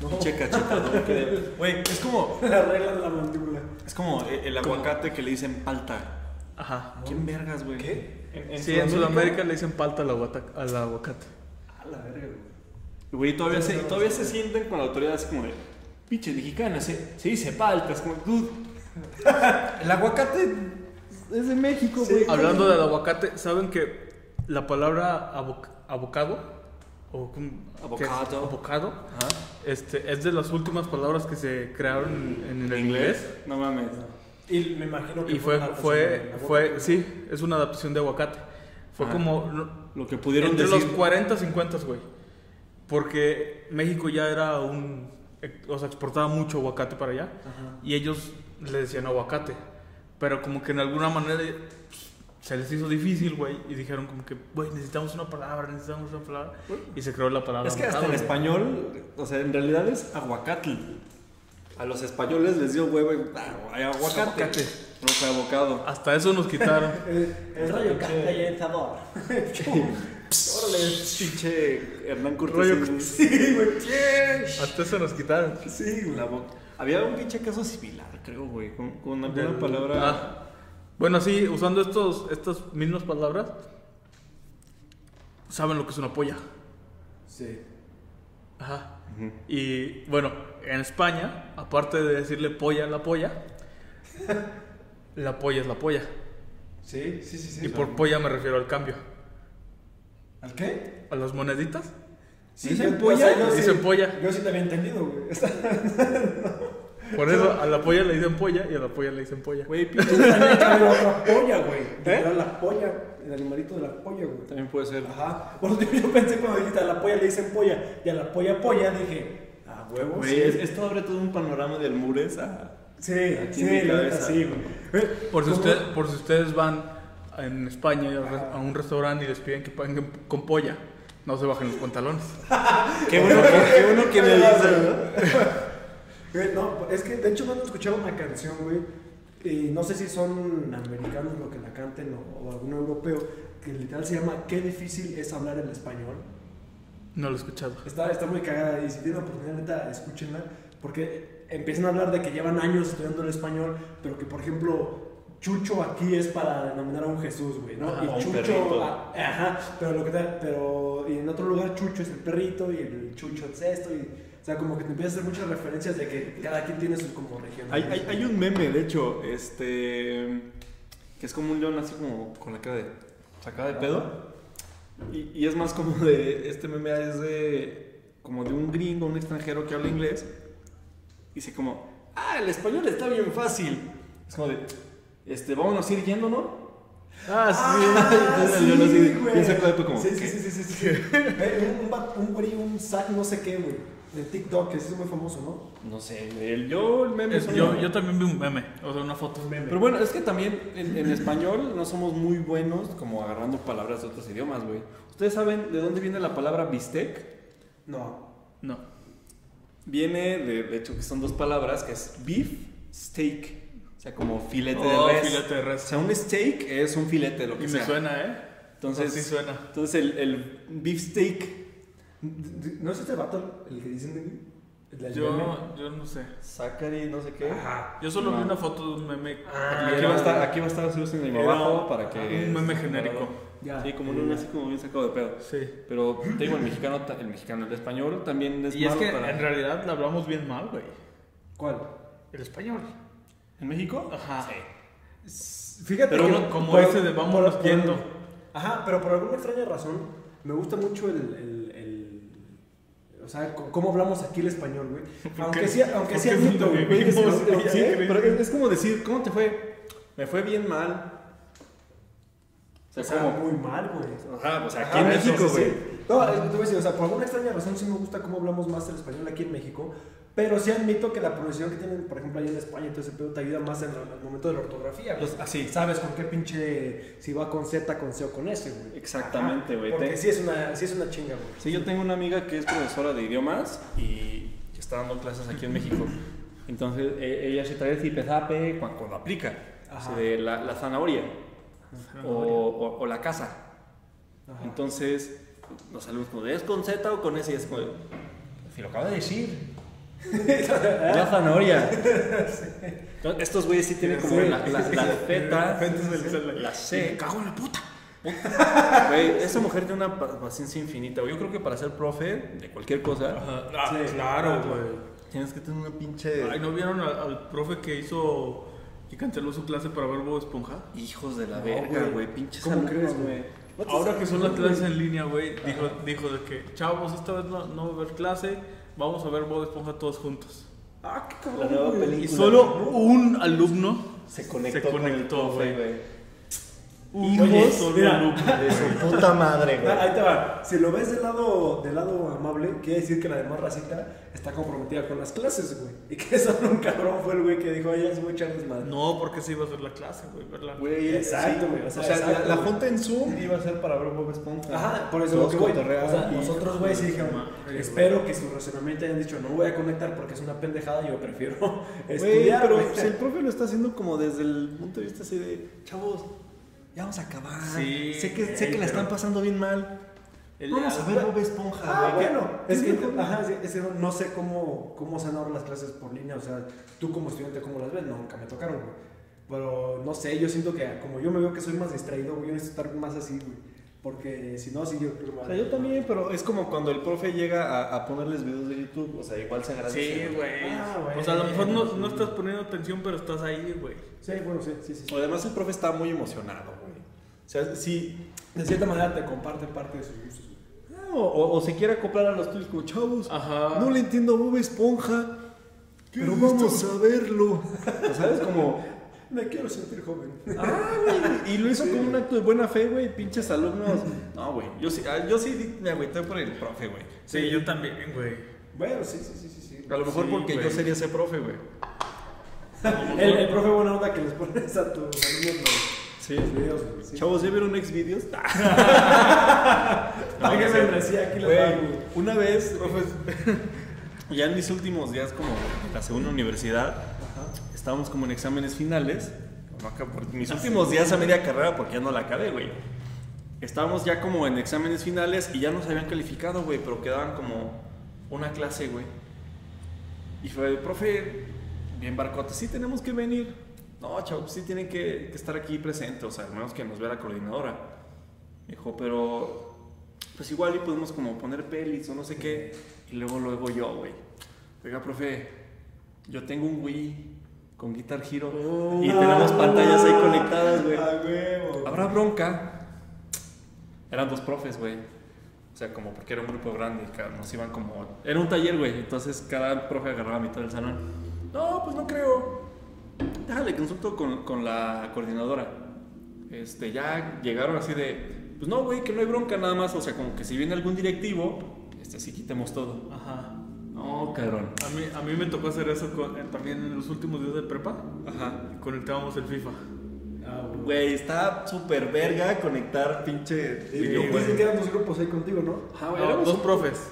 S1: Pinche cachetadón que de- Güey, es como...
S3: La regla de la mandíbula.
S1: Es como Ah, el, el aguacate que le dicen palta.
S2: Ajá.
S1: ¿Quién vergas, güey?
S2: Sí, en Sudamérica le dicen palta al aguata- al aguacate.
S3: A la verga, güey.
S1: Güey, todavía se, todavía se sienten con la autoridad así como de... Pinche mexicana, se, se dice palta. Es como... Dude. [LAUGHS] El aguacate es de México, güey.
S2: Hablando del aguacate, ¿saben que la palabra avo- abocado? O, cum-
S1: Avocado.
S2: que es Avocado.
S1: Ajá.
S2: Este, es de las últimas palabras que se crearon en, en el inglés.
S1: No mames.
S3: Y me imagino que
S2: Y fue,
S3: una
S2: fue,
S3: adaptación de la
S2: fue, sí, es una adaptación de aguacate. Fue
S1: Ajá.
S2: como lo-
S1: Lo que pudieron
S2: entre
S1: decir.
S2: los 40 50, güey. Porque México ya era un. O sea, exportaba mucho aguacate para allá. Y ellos le decían aguacate. Pero como que en alguna manera pues, se les hizo difícil, güey. Y dijeron como que, güey, necesitamos una palabra, necesitamos una palabra. Y se creó la palabra.
S1: Es que hasta en
S2: avocado, güey.
S1: español, o sea, en realidad es aguacatl. A los españoles les dio huevo y "Ah, hay aguacate.
S2: Aguacate.
S1: No fue abocado.
S2: Hasta eso
S1: [LAUGHS]
S2: nos quitaron.
S3: Eh, El rayo canta y el sabor.
S1: Órale, pinche Hernán Cortés.
S2: Rollo-
S1: en-
S3: [LAUGHS] Sí, güey.
S2: hasta eso nos quitaron.
S3: Sí,
S1: en
S3: güey.
S1: la boca. Había un pinche caso similar, creo, güey, con, con alguna
S2: Del-
S1: palabra.
S2: Ah. Bueno, sí, usando estos, estas mismas palabras, saben lo que es una polla.
S3: Sí.
S2: Ajá. Y bueno, en España, aparte de decirle polla a la polla, la polla es la polla.
S3: Sí, sí, sí, sí.
S2: Y por polla me refiero al cambio.
S3: ¿Al qué?
S2: A las moneditas.
S1: ¿Dicen
S3: yo-
S1: polla?
S3: yo
S2: Dicen
S3: sí-
S2: polla.
S3: Yo sí te había entendido, güey. Está-
S2: Por eso a la polla le dicen polla y a la polla le dicen polla.
S1: Güey, pinche-
S3: También cabe otra polla, güey.
S2: ¿Eh?
S3: Era La polla, el animalito de la polla, güey.
S1: También puede ser.
S3: Ajá. Por eso [LAUGHS] yo pensé cuando dijiste a la polla le dicen polla y a la polla polla dije, a huevos.
S1: Güey, es- esto abre todo un panorama de almures a.
S3: Sí,
S1: Aquí
S3: sí,
S1: en mi
S3: la neta,
S1: cabeza.
S3: sí, güey. Eh,
S2: Por si,
S3: ¿cómo? [LAUGHS]
S2: usted- por si ustedes van en España a a un restaurante y les piden que paguen con polla, no se bajen los pantalones.
S1: Qué bueno que, qué bueno que me dice.
S3: [LAUGHS] Eh, No, es que de hecho van a escuchar una canción, güey. Y no sé si son americanos los que la canten o, o algún europeo, que literal se llama Qué difícil es hablar el español.
S2: No lo he escuchado.
S3: Está, está muy cagada y si tienen oportunidad, neta, escúchenla. Porque empiezan a hablar de que llevan años estudiando el español, pero que, por ejemplo, Chucho aquí es para denominar a un Jesús, güey, ¿no?
S1: Ajá,
S3: y
S1: un
S3: Chucho.
S1: perrito.
S3: a- ajá, pero lo que te- Pero y en otro lugar, Chucho es el perrito y el Chucho es esto. Y, o sea, como que te empiezas a hacer muchas referencias de que cada quien tiene sus como regiones.
S1: Hay, hay- hay un meme, de hecho, este. que es como un león así como con la cara de. sacada de pedo. Y, y es más como de. este meme es de. como de un gringo, un extranjero que habla inglés. Y dice como. ah, el español está bien fácil. Es como de. este, vámonos a ir yendo, ¿no? [LAUGHS]
S2: Ah, sí.
S1: entonces el león así de-
S3: güey.
S1: y ese cuerpo como,
S3: Sí,
S1: ¿qué?
S3: sí, sí, sí, sí, sí.
S1: [LAUGHS]
S3: Eh, un, un, vato- un güey, un sac no sé qué, güey. De TikTok, que ese es muy famoso, ¿no?
S1: No sé, güey, el- yo el meme.
S2: Es-
S1: solo-
S2: Eh, yo, yo también vi un meme, o sea, una foto.
S1: Pero bueno, es que también en, en español no somos muy buenos como agarrando palabras de otros idiomas, güey. ¿Ustedes saben de dónde viene la palabra bistec?
S3: No.
S2: No.
S1: Viene de, de hecho que son dos palabras, que es beef, steak. O sea, como filete
S2: Oh,
S1: de res.
S2: filete de res.
S1: O sea, un steak es un filete, lo que
S2: Y me
S1: sea.
S2: suena, ¿eh?
S1: Entonces,
S2: sí suena.
S1: Entonces el, el beef steak.
S3: D- d- ¿No es este vato el que dicen de mí? El del meme.
S2: Yo, yo no sé.
S1: Zachary, no sé qué.
S3: Ajá.
S2: Yo solo
S1: No.
S2: vi una foto de un meme.
S3: Ah,
S1: Ah, Aquí
S2: Era
S1: va a estar, aquí va a estar Susan en el
S2: Era
S1: abajo para que.
S2: un meme genérico.
S3: Ya.
S1: Sí, como un así como bien sacado de pedo.
S2: Sí.
S1: Pero te digo, el mexicano, ta- el mexicano, el español también es
S2: Y es
S1: malo
S2: que
S1: para-
S2: en realidad la hablamos bien mal, güey.
S3: ¿Cuál?
S2: El español.
S1: ¿En México?
S2: Ajá.
S3: Fíjate
S2: Pero
S3: que
S2: uno como ese de vámonos yendo.
S3: Ajá, pero por alguna extraña razón me gusta mucho el, el- el- o sea, c- cómo hablamos aquí el español, güey. Aunque
S2: qué?
S3: sea,
S2: [LAUGHS]
S3: aunque
S2: ¿Por
S3: sea
S2: qué
S3: admito,
S2: es lo que
S3: güey, [LAUGHS] que
S2: vimos?
S3: sí, aunque-
S1: Sí,
S3: ¿eh?
S1: pero es, es como decir, ¿cómo te fue? Me fue bien mal. O sea,
S3: O sea,
S1: como.
S3: muy mal, güey.
S1: Ajá, o sea, aquí en
S3: Ajá, eso,
S1: México,
S3: sí,
S1: güey.
S3: sí. No, es- te voy a decir, o sea, por alguna extraña razón sí me gusta cómo hablamos más el español aquí en México, pero sí admito que la profesión que tienen, por ejemplo, allá en España, y todo ese pedo te ayuda más en el momento de la ortografía. güey.
S1: Los- así.
S3: Sabes con qué pinche, si va con Z, con C o con S, güey.
S1: Exactamente, güey.
S3: Porque
S1: Te-
S3: sí es una, sí es una chinga, güey.
S1: Sí, yo tengo una amiga que es profesora de idiomas y está dando clases aquí en México. Entonces, e- ella se trae el zipezape cu- cuando, aplica.
S3: Ajá.
S1: O sea, de la, la zanahoria o, o- o la casa.
S3: Ajá.
S1: Entonces, los alumnos como, ¿es con Z o con S? Y es como, si lo acabo de decir. la zanahoria. Entonces, Estos güeyes sí tienen como
S3: Sí.
S1: la, la, la Z, la C.
S2: cago en la puta.
S1: Güey, esa mujer tiene una pa- paciencia infinita. güey. Yo creo que para ser profe de cualquier cosa,
S2: Ah,
S3: Sí.
S2: claro, güey.
S1: Tienes que tener una pinche.
S2: Ay, ¿no vieron al, al profe que hizo que canceló su clase para ver Bob Esponja?
S1: Hijos de la
S3: No,
S1: verga,
S3: güey.
S1: güey. Pinches
S3: ¿Cómo crees, güey?
S2: Ahora que son las clases en línea, güey, dijo, dijo de que, chavos, esta vez no, no va a haber clase, vamos a ver Bob Esponja todos juntos.
S3: Ah, qué
S1: La
S3: cabrón.
S1: nueva
S3: güey.
S1: película.
S2: Y solo un alumno
S1: se conectó.
S2: se conectó,
S1: con el profe,
S2: güey.
S1: güey.
S2: Oye,
S1: Hijos
S2: solo
S3: mira.
S2: alumno.
S1: de [LAUGHS] su puta madre,
S3: Ah, Ahí te va. Si lo ves del lado, del lado amable, quiere decir que la demás racita está comprometida con las clases, güey. Y que solo un cabrón fue el güey que dijo, oye, es muy charles madre.
S2: No, porque se iba a hacer la clase, güey, ¿verdad?
S1: Güey,
S3: Exacto,
S1: sí.
S3: güey, o sea,
S1: O sea,
S3: exacto,
S1: la, la
S3: güey.
S1: junta en Zoom iba a ser para ver Bob Esponja.
S3: Ajá, por eso
S1: Todos
S3: lo que, güey,
S1: cotorreaban
S3: o sea,
S1: y-
S3: nosotros, güey, sí dijeron,
S2: madre,
S3: espero que su razonamiento hayan dicho, no voy a conectar porque es una pendejada, yo prefiero [LAUGHS]
S1: Güey,
S3: estudiar,
S1: pero
S3: güey.
S1: pues, el
S3: [LAUGHS]
S1: profe lo está haciendo como desde el punto de vista así de, chavos, ya vamos a acabar.
S2: Sí,
S1: sé que, sé
S2: güey,
S1: que la están
S2: pero-
S1: pasando bien mal.
S2: El-
S1: Vamos a ver Bob Esponja,
S3: Ah,
S1: güey.
S3: bueno, es
S1: ¿Qué
S3: que,
S1: mejor?
S3: ajá, sí, es que no, no sé cómo, cómo se han ahora las clases por línea, o sea, tú como estudiante, ¿cómo las ves? No, nunca me tocaron, güey. Pero no sé, yo siento que como yo me veo que soy más distraído, güey, yo necesito estar más así, güey. Porque si no, sí, yo creo que-
S1: O sea, yo también, pero es como cuando el profe llega a, a ponerles videos de YouTube, o sea, igual se agradece.
S2: Sí, güey.
S3: Ah, güey.
S2: o sea, a lo mejor no, no estás poniendo atención, pero estás ahí, güey.
S3: Sí, bueno, sí, sí, sí. sí.
S1: Además, el profe está muy emocionado, güey. O sea, sí.
S3: De cierta manera te comparte parte de sus gustos, güey.
S1: O, o- o se quiere acoplar a los tuyos como chavos.
S2: Ajá.
S1: No le entiendo a Bob Esponja. Pero vamos a verlo. O sea, es como.
S3: Me quiero sentir joven. [LAUGHS]
S1: Ah, güey. Y lo hizo como un acto de buena fe, güey. Pinches alumnos. No, güey. Yo sí, ah, yo sí di- me agüité por el profe, güey.
S2: Sí, yo también, güey.
S3: Bueno, sí, sí, sí, sí. sí.
S1: A lo mejor
S2: Sí,
S1: porque
S2: güey.
S1: yo sería ese profe, güey.
S3: El, el profe buena onda que les pones a tus alumnos
S1: Sí.
S3: los videos, güey. Sí.
S1: Chavos, ¿ya vieron ex videos?
S3: Pague
S1: no, sí.
S3: membresía, aquí les
S1: Güey,
S3: va, güey.
S1: una vez, [LAUGHS] ya en mis últimos días como en la segunda universidad, estábamos como en exámenes finales, no acá por- mis últimos días a media carrera porque ya no la acabé, güey. Estábamos ya como en exámenes finales y ya nos habían calificado, güey, pero quedaban como una clase, güey. Y fue, profe, bien barcote, sí tenemos que venir. No, chavos, sí tienen que, que estar aquí presentes, o sea, al menos que nos vea la coordinadora. Me dijo, pero pues igual y podemos como poner pelis o no sé qué. Y luego, luego yo, güey. Oiga, profe, yo tengo un Wii con Guitar Hero y tenemos pantallas ahí conectadas, güey.
S3: A huevo.
S1: Habrá bronca. Eran dos profes, güey. O sea, como porque era un grupo grande y cada- nos iban como. Era un taller, güey. Entonces cada profe agarraba mitad del salón. No, pues no creo. Déjale, consulto con, con la coordinadora. este, ya llegaron así de, pues no, güey, que no hay bronca nada más, o sea, como que si viene algún directivo, este, sí quitemos todo.
S2: Ajá.
S1: No, cabrón.
S2: A mí, a mí me tocó hacer eso con- eh, también en los últimos días de prepa.
S1: Ajá.
S2: Conectábamos el FIFA.
S1: Ah, Güey, está súper verga conectar pinche
S3: Y dicen que éramos grupos ahí contigo, ¿no?
S1: Ajá,
S2: No, dos profes.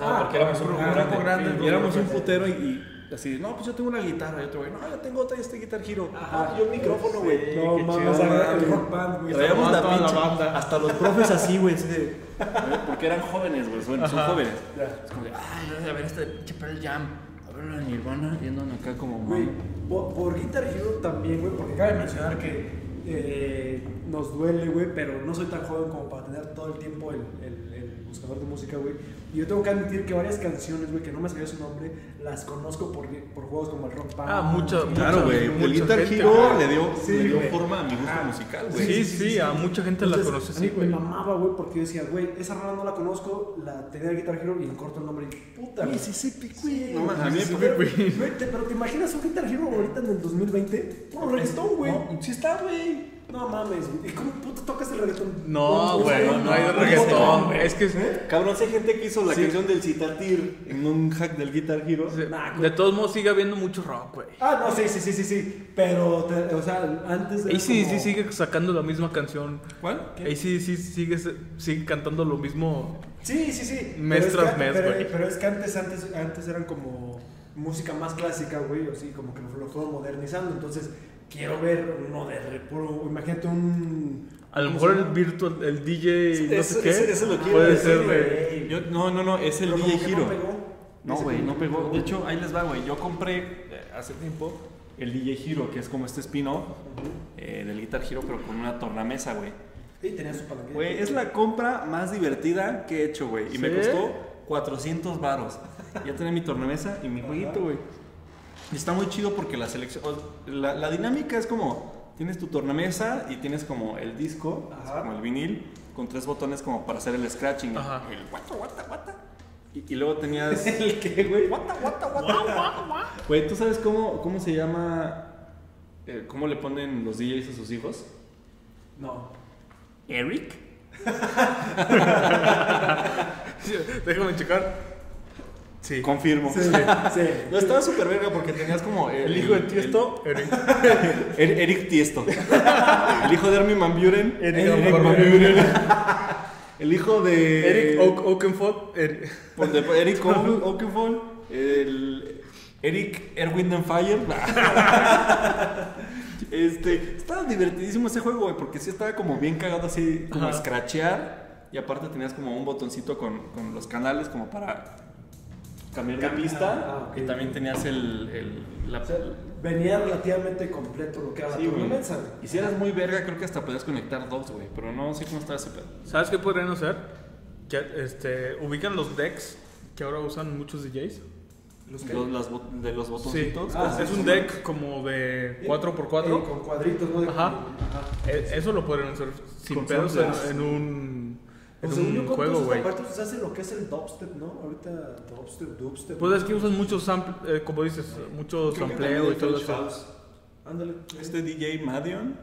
S1: Ah, porque éramos un
S2: grupo grande.
S1: Y éramos un putero y, y así, no, pues yo tengo una guitarra. Y otro güey, no, yo tengo otra y este guitar giro. Ah, yo un micrófono, güey.
S3: No,
S2: qué
S3: mames,
S2: chido,
S3: agarra
S2: mames.
S3: el rock band, güey.
S1: Traíamos la
S2: Toda la
S1: pinche.
S2: banda.
S1: Hasta los profes así, güey. así de- Eh, Porque eran jóvenes, güey. Bueno, son jóvenes.
S3: Ya.
S1: Es como de, ay, a ver, este pinche Pearl Jam. A ver, la Nirvana. Y andan acá como,
S3: Güey,
S1: mamá.
S3: por, por Guitar Hero también, güey, porque cabe mencionar que eh, nos duele, güey, pero no soy tan joven como para tener todo el tiempo el, el- el buscador de música, güey. Y yo tengo que admitir que varias canciones, güey, que no me sabía su nombre, las conozco por, por juegos como el Rock Band.
S2: Ah, muchas, muchas.
S1: Claro, güey.
S2: mucha
S1: El Guitar
S2: gente,
S1: Hero
S2: ajá.
S1: le dio,
S3: Sí,
S1: le dio
S3: güey.
S1: forma a mi gusto musical, güey.
S2: Sí, sí, a mucha gente la
S3: Entonces,
S2: conoce
S3: a mí
S2: así, güey.
S3: Me mamaba, güey, porque yo decía, güey, esa rara no la conozco, la tenía el Guitar Hero y le corto el nombre y puta, güey.
S1: Mississippi Queen.
S3: No,
S1: No, a mí me
S3: pero, güey, te- pero te imaginas un Guitar Hero ahorita en el 2020? Puro reggaetón, güey.
S1: Sí está, güey.
S3: No mames, güey. ¿Y cómo puta tocas el reggaetón?
S2: No, güey, no, hay
S3: un
S2: reggaetón.
S3: botón,
S2: güey. Es que es-
S1: Cabrón, si hay gente que hizo la
S2: Sí.
S1: canción del Citatir en un hack del Guitar Hero.
S2: de-
S3: Nah,
S2: de todos modos sigue habiendo mucho rock, güey.
S3: Ah, no, sí, sí, sí, sí, sí. Pero, te- o sea, antes de.
S2: Y sí, sí sigue sacando la misma canción.
S1: ¿Cuál?
S2: Y sí, sí sigue sigue cantando lo mismo.
S3: Sí, sí, sí.
S2: Mes
S3: Pero es
S2: tras
S3: que-
S2: mes,
S3: pero-
S2: güey.
S3: Pero es que antes, antes, antes eran como música más clásica, güey, o sí, como que lo, lo fueron modernizando. Entonces, quiero ver uno de re- puro. Imagínate un.
S2: A lo mejor el virtual, el DJ, no
S1: Eso-
S2: sé qué.
S1: eso- eso lo quiero
S2: Puede
S1: decir,
S2: ser, güey.
S3: güey.
S1: Yo- no, no, no, es el
S3: Pero
S1: DJ
S3: como que
S1: Hero.
S3: No, pegó.
S1: No,
S3: Ese
S1: güey,
S3: como
S1: no
S3: que
S1: pegó. De hecho, ahí les va, güey. Yo compré eh, hace tiempo el DJ Hero, que es como este spin-off eh, del Guitar Hero, pero con una tornamesa, güey.
S3: Sí, tenía su palanquilla.
S1: Güey, es la compra más divertida que he hecho, güey. Y me
S2: ¿Sí?
S1: costó 400 varos. Ya tenía mi tornamesa y mi jueguito, güey. Y está muy chido porque la selección... o- La, la dinámica es como... Tienes tu tornamesa y tienes como el disco, así
S3: Ajá.
S1: como el vinil, con tres botones como para hacer el scratching.
S2: Ajá.
S1: El guata, guata, guata. Y, y luego tenías...
S3: [LAUGHS] ¿El qué, güey?
S1: guata, guata, guata. Güey, ¿tú sabes cómo, cómo se llama... eh, ¿Cómo le ponen los DJs a sus hijos?
S3: No.
S1: Eric.
S2: Déjame checar. Sí.
S1: Confirmo.
S3: Sí, sí.
S1: [LAUGHS] No, estaba súper verga porque tenías como.
S2: El hijo de Tiesto, Eric.
S1: el- el- Er-, Eric Tiesto. [LAUGHS] El hijo de Armin Van Buren.
S2: Eric
S1: Van
S2: Van
S1: Buren. El hijo de.
S2: Eric Oak- Oakenfold, Eric.
S1: Pues de- Eric Oak- Oakenfold. El. Eric Erwin and Fire. [LAUGHS] Este. Estaba divertidísimo ese juego, güey, porque sí estaba como bien cagado así, como
S2: Ajá.
S1: scratchear. Y aparte tenías como un botoncito con, con los canales como para cambiar de pista.
S3: ah, ok.
S1: Y también tenías el. el- la-
S3: O sea, venía relativamente completo lo que era
S1: Sí,
S3: la
S1: güey.
S3: tornamesa.
S1: Y si eras muy verga, creo que hasta podías conectar dos, güey. Pero no sé cómo estaba ese pedo.
S2: ¿Sabes qué podrían hacer? Que este, ubican los decks que ahora usan muchos DJs.
S3: Los
S1: Los- las bot- de los
S2: Sí.
S1: botoncitos.
S3: Ah,
S2: es
S3: sí,
S2: un
S3: sí.
S2: deck como de 4x4.
S3: Eh, con cuadritos, ¿no? De-
S2: Ajá.
S3: Ajá.
S2: Eh, Eso lo podrían hacer sin
S1: Con
S2: pedos
S1: samples.
S2: en, en un,
S3: O
S2: en
S3: sea,
S2: un
S3: yo con
S2: juego,
S3: todos
S2: güey.
S3: Aparte, se hace lo que es el dubstep, ¿no? Ahorita dubstep, dubstep.
S2: Pues es que usan muchos samples, como dices, mucho
S1: Creo que
S2: sampleo y
S1: también
S2: todo
S1: de French
S2: eso.
S1: House.
S3: Ándale.
S1: Este DJ Madion.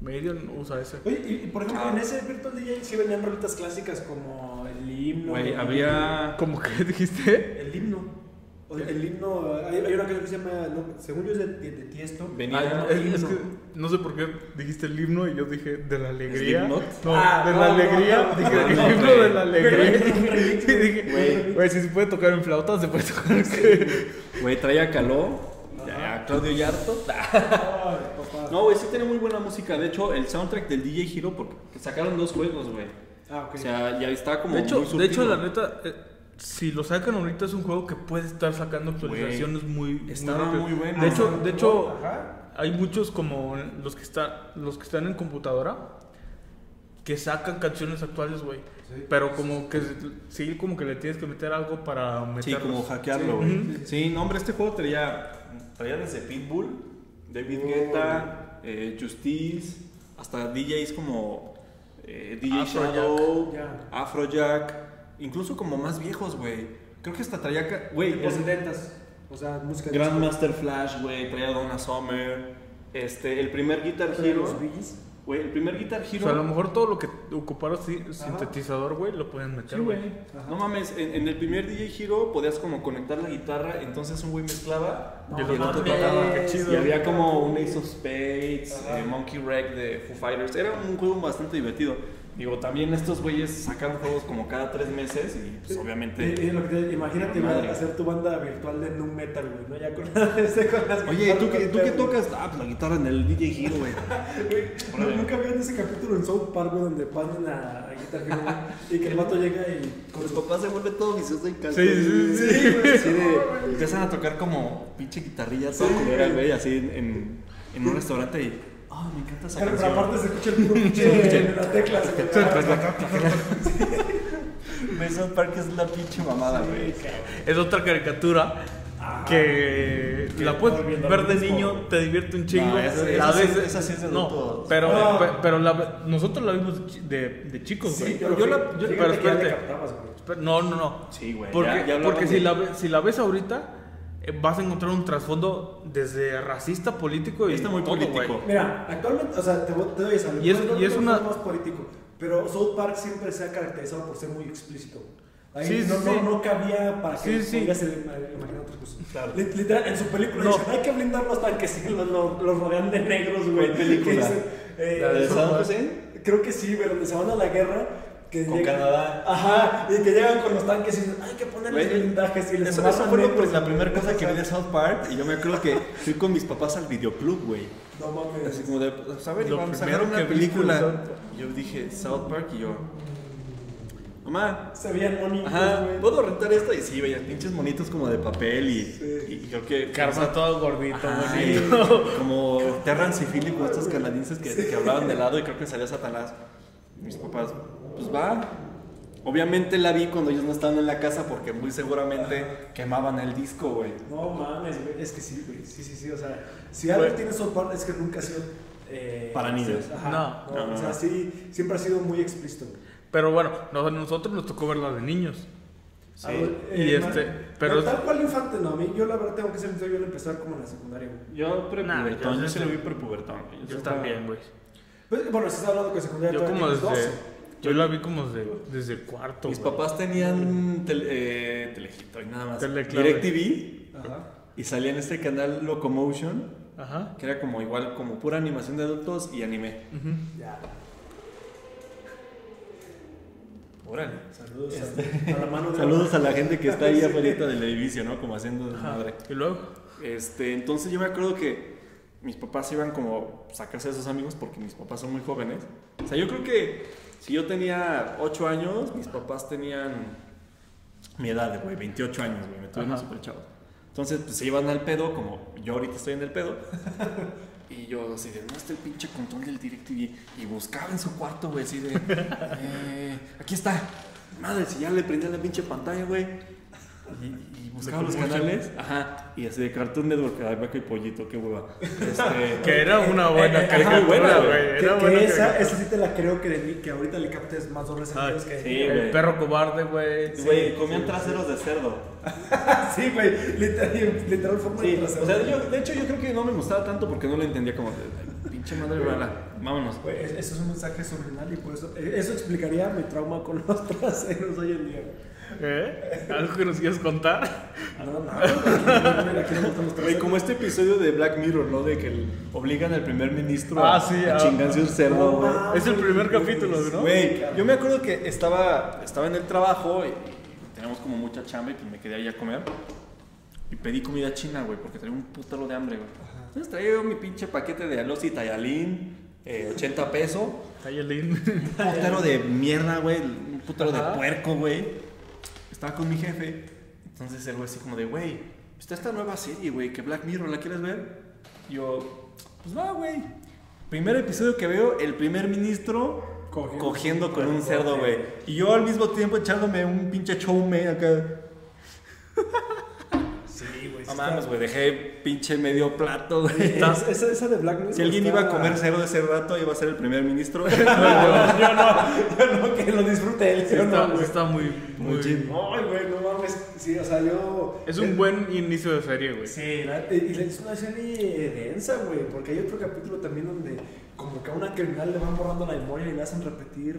S2: Medion usa ese.
S3: Oye, y, y por ejemplo, en ese Virtual DJ sí venían rolitas clásicas como el himno.
S1: Güey,
S3: el-
S1: había.
S2: ¿Cómo que dijiste?
S3: El himno. O sea, el himno. Hay, hay una canción que se llama. no, según yo es de, de- de Tiesto.
S1: Venía.
S2: Ah,
S3: no,
S2: es, es
S3: himno.
S2: que no sé por qué dijiste el himno y yo dije de la alegría. No,
S1: ¿Slipknot?
S3: Ah,
S2: de
S3: no,
S2: la
S3: no,
S2: alegría.
S3: no, no,
S2: dije
S1: no,
S2: el himno
S1: güey.
S2: de la alegría.
S3: Güey, un remix,
S2: Y
S3: güey.
S2: dije,
S3: Güey.
S2: güey, si se puede tocar en flauta, se puede tocar. en-
S1: Güey, traía Caló. a Claudio Yarto. Ah,
S3: Ay, Ah, papá.
S1: No, güey, sí tiene muy buena música. De hecho, el soundtrack del DJ Hero, porque sacaron dos juegos, güey.
S3: Ah, ok.
S1: O sea, ya está como.
S2: De hecho,
S1: muy
S2: de hecho,
S1: surtido.
S2: la neta, eh, si lo sacan ahorita es un juego que puede estar sacando actualizaciones muy.
S1: estaba
S2: rápido.
S1: muy bueno.
S2: De hecho, de hecho
S3: Ajá.
S2: hay muchos como los que, está, los que están en computadora que sacan canciones actuales, güey.
S3: Sí.
S2: Pero como que sí, como que le tienes que meter algo para
S1: Sí,
S2: meterlos.
S1: como hackearlo,
S2: Sí.
S1: güey.
S2: Ujú.
S1: Sí, no, hombre, este juego traía, traía desde Pitbull, David
S3: Oh.
S1: Guetta, eh, Justice, hasta DJs como eh, DJ
S2: Afrojack.
S1: Shadow,
S3: Ya.
S1: Afrojack, incluso como más viejos, güey. Creo que hasta traía, ca- güey,
S3: Los
S1: el
S3: 70s. O sea, música de
S1: Grandmaster Flash, güey, traía Donna Summer, este, el primer Guitar
S3: Pero
S1: Hero.
S3: los Billys.
S1: Güey, el primer Guitar
S2: O
S1: Hero.
S2: sea, a lo mejor todo lo que ocupara sí, sintetizador, güey, lo pueden meter,
S1: Sí, güey. No mames, en, en el primer DJ Hero podías como conectar la guitarra, entonces un güey mezclaba
S2: No
S1: y el otro
S2: mames,
S1: tocaba.
S2: qué chido.
S1: Y había como un Ace of Spades, eh, Monkey Wreck de Foo Fighters. Era un juego bastante divertido. Digo, también estos güeyes sacan juegos como cada tres meses y pues
S2: Eh,
S1: obviamente.
S3: Y- y Eh, lo que te- imagínate
S1: Madre.
S3: güey, hacer tu banda virtual de nu metal, güey, ¿no? Ya con, este, con las
S1: Oye,
S3: guitarras
S1: ¿tú qué, ¿tú qué
S3: golpeadas.
S1: tocas? Ah, pues la guitarra en el DJ Hero, güey.
S3: [LAUGHS] Güey, ¿no- nunca vieron ese capítulo en South Park güey, donde pasan a, a Guitar Hero güey, y que el vato llega y
S1: Con los papás se vuelve todo vicioso y cansado.
S2: Sí, sí, sí.
S1: Así de, empiezan a tocar como pinche guitarrilla todo culera, güey, así en, en, en un restaurante y. Ah, me encanta esa
S3: Pero, pero
S1: canción.
S3: aparte se escucha el puro pinche en la
S1: [LAUGHS]
S3: tecla. se me da-
S1: Mason Park es la pinche mamada, güey.
S2: Es otra caricatura que la puedes
S3: volviendo
S2: ver
S3: al
S2: de
S3: mismo.
S2: niño, te divierte un chingo.
S1: No, esa-
S2: la
S1: esa sí-
S2: ves-
S1: esa sí es de
S2: No,
S1: adultos.
S2: pero,
S3: Ah.
S2: pe- pero la- nosotros la vimos de, chi- de- de chicos, güey.
S3: Sí, pero
S2: Yo
S3: fí-
S2: la- yo-
S3: fíjate
S2: pero
S3: que ya le
S2: espérate.
S3: captabas, güey.
S2: Espera, No, no, no.
S1: Sí, güey,
S2: Porque,
S1: ya- ya hablaban
S2: porque
S1: de-
S2: si, la, ve- si la ves ahorita, eh, vas a encontrar un trasfondo desde racista, político y.
S1: Está muy
S2: todo, güey.
S1: político.
S3: Mira, actualmente, o sea, te, voy- te doy esa.
S2: Y es-
S3: no-
S2: y es
S3: no
S2: una-
S3: soy más político, pero South Park siempre se ha caracterizado por ser muy explícito. Ahí
S2: Sí, sí,
S3: no,
S2: sí.
S3: no, no cabía para que
S2: Sí, sí.
S3: pudieras ima- imaginar otra cosa. Lit- Literal, en su película
S2: No.
S3: dicen, hay que blindarlo hasta que sí, los, los, los rodean de negros, güey.
S1: ¿Cuál película?
S3: Que dicen, eh,
S1: ¿La de
S3: South
S1: Saddam
S3: Park.
S1: Hussein?
S3: Creo que sí, pero donde se van a la guerra. Que
S1: Con Canadá.
S3: Ajá, y que llegan con los tanques y dicen, hay que poner los
S1: Güey,
S3: blindajes y les
S1: eso,
S3: matan
S1: eso fue lo-
S3: negros,
S1: la
S3: güey.
S1: primera cosa que vi
S3: Ajá.
S1: de South Park y yo me acuerdo que fui con mis papás al videoclub, güey.
S3: No mames.
S1: Así como de, pues, a ver,
S2: Lo
S1: vamos a
S2: primero
S1: sacar una
S2: que vi fue South
S1: película.
S2: Park.
S1: Y yo dije, South Park y yo. Mamá,
S3: Se veían bonitos,
S1: Ajá,
S3: güey.
S1: ¿puedo rentar esta? Y sí, veía pinches monitos como de papel y, y creo que...
S2: Carma todo gordito,
S1: Ajá,
S2: bonito.
S1: Ah, y como Terrance y Philip, como estos canadienses que, que hablaban de lado y creo que salía Satanás. Mis papás, pues va. Obviamente la vi cuando ellos no estaban en la casa porque muy seguramente quemaban el disco, güey.
S3: No mames, güey. Es que sí, güey. Sí, sí, sí. O sea, si algo
S2: Güey.
S3: tiene South Park es que nunca ha sido. eh,
S1: Para niños.
S3: Ajá,
S2: No.
S1: No, no,
S3: O sea,
S1: no.
S3: sí, siempre ha sido muy explícito. güey.
S2: [LAUGHS] Pero bueno, no- a nosotros nos tocó verla de niños.
S1: Sí.
S3: Algo- eh,
S2: Y este,
S3: ma-
S2: pero-
S3: no, Tal cual infante, no. A mí, yo la verdad tengo que ser sincero, yo la empezar como en la secundaria, güey.
S1: Yo
S2: prepubertón, yo sí lo vi
S1: prepubertón.
S2: Yo también, güey.
S3: Pues, bueno, estás hablando que secundaria
S2: Yo como
S3: todavía
S2: desde.
S3: tienes 12.
S2: Yo la vi como desde, desde cuarto.
S1: Mis
S2: güey.
S1: papás tenían tele- eh, Telejito y nada más.
S2: Teleclave.
S1: DirecTV
S3: Ajá.
S1: y salía en este canal Locomotion.
S2: Ajá.
S1: Que era como igual, como pura animación de adultos y anime.
S3: Ya.
S1: Órale.
S3: Saludos a, a la mano de.
S1: Saludos a la gente que está ahí afuera del edificio, ¿no? Como haciendo madre.
S2: Y luego.
S1: Este, entonces yo me acuerdo que mis papás iban como a sacarse a sus amigos porque mis papás son muy jóvenes. O sea, yo creo que si yo tenía 8 años, mis papás tenían mi edad, güey, 28 años, güey, me tuvieron
S2: Ajá.
S1: súper chavos. Entonces, pues se iban al pedo, como yo ahorita estoy en el pedo. y yo así de, no está el pinche control del DirecTV. Y buscaba en su cuarto, güey, así de, "Eh, aquí está. Madre, si ya le prendí la pinche pantalla, güey. Y, y buscaba los canales. Ajá. Y así de Cartoon Network, ay, vaca y pollito, qué hueva. Este,
S2: Que era una buena
S3: Eh, eh, ajá,
S2: caricatura,
S1: buena,
S2: güey.
S1: güey.
S2: Era
S3: Que, que
S2: buena
S3: esa,
S2: caricatura.
S3: esa sí te la creo que de mí, que ahorita le captes más dobles
S2: Ah,
S3: sentidos que.
S1: sí. güey.
S2: El perro cobarde, güey.
S1: [LAUGHS] Güey, comían traseros de cerdo.
S3: [LAUGHS] Sí, güey. Literal, literal forma
S1: Sí,
S3: de
S1: o sea, yo- de hecho yo creo que no me gustaba tanto porque no lo entendía como de, pinche madre mala. Vámonos.
S3: Güey, Pues, es- eso es un mensaje subliminal y por eso eh, eso explicaría mi trauma con los [LAUGHS] traseros hoy en día.
S2: ¿Eh? ¿Algo que nos quieras contar?
S3: No, no, no, mira, aquí no me
S2: [LAUGHS]
S3: gustan
S1: Güey,
S3: los traseros.
S1: como este episodio de Black Mirror, ¿no? De que el- obligan al primer ministro
S2: Ah,
S1: a,
S2: sí,
S1: a
S2: ah.
S1: chingarse un cerdo,
S3: No,
S1: güey.
S3: ma-
S2: Es el primer
S3: güey,
S2: capítulo, ¿no?
S1: Güey, yo me acuerdo que estaba, estaba en el trabajo y, y teníamos como mucha chamba y pues me quedé ahí a comer. Y pedí comida china, güey, porque traía un putalo de hambre, güey. Entonces traía yo mi pinche paquete de alos y tayalín, eh, 80 pesos.
S2: Ay, Elin. [LAUGHS]
S1: Un putero de mierda, güey. Un putero
S2: Ajá.
S1: de puerco, güey. Estaba con mi jefe. Entonces el güey así como de, güey, está esta nueva serie, güey, que Black Mirror, ¿la quieres ver? Yo, pues va, güey. Primer episodio que veo, el primer ministro
S3: Cogiendo.
S1: cogiendo, con un cerdo, güey. Y yo al mismo tiempo echándome un pinche showme acá.
S3: Sí, güey.
S1: No
S3: sí
S1: mames,
S3: está-
S1: güey, dejé pinche medio plato, güey.
S3: Es- esa, esa de Black Mirror.
S1: Si alguien
S3: está-
S1: iba a comer cero de cerdato, iba a ser el primer [LAUGHS] ministro.
S3: No, [LAUGHS] yo no, yo no, que lo disfrute él.
S2: Sí
S3: yo
S2: está,
S3: no,
S2: sí
S3: güey.
S2: está muy, muy-
S3: Ay, güey, no mames. Sí, o sea, yo.
S2: Es un buen inicio de serie, güey.
S3: Sí, la- y y es una serie densa, güey, porque hay otro capítulo también donde como que a una criminal le van borrando la memoria y le hacen repetir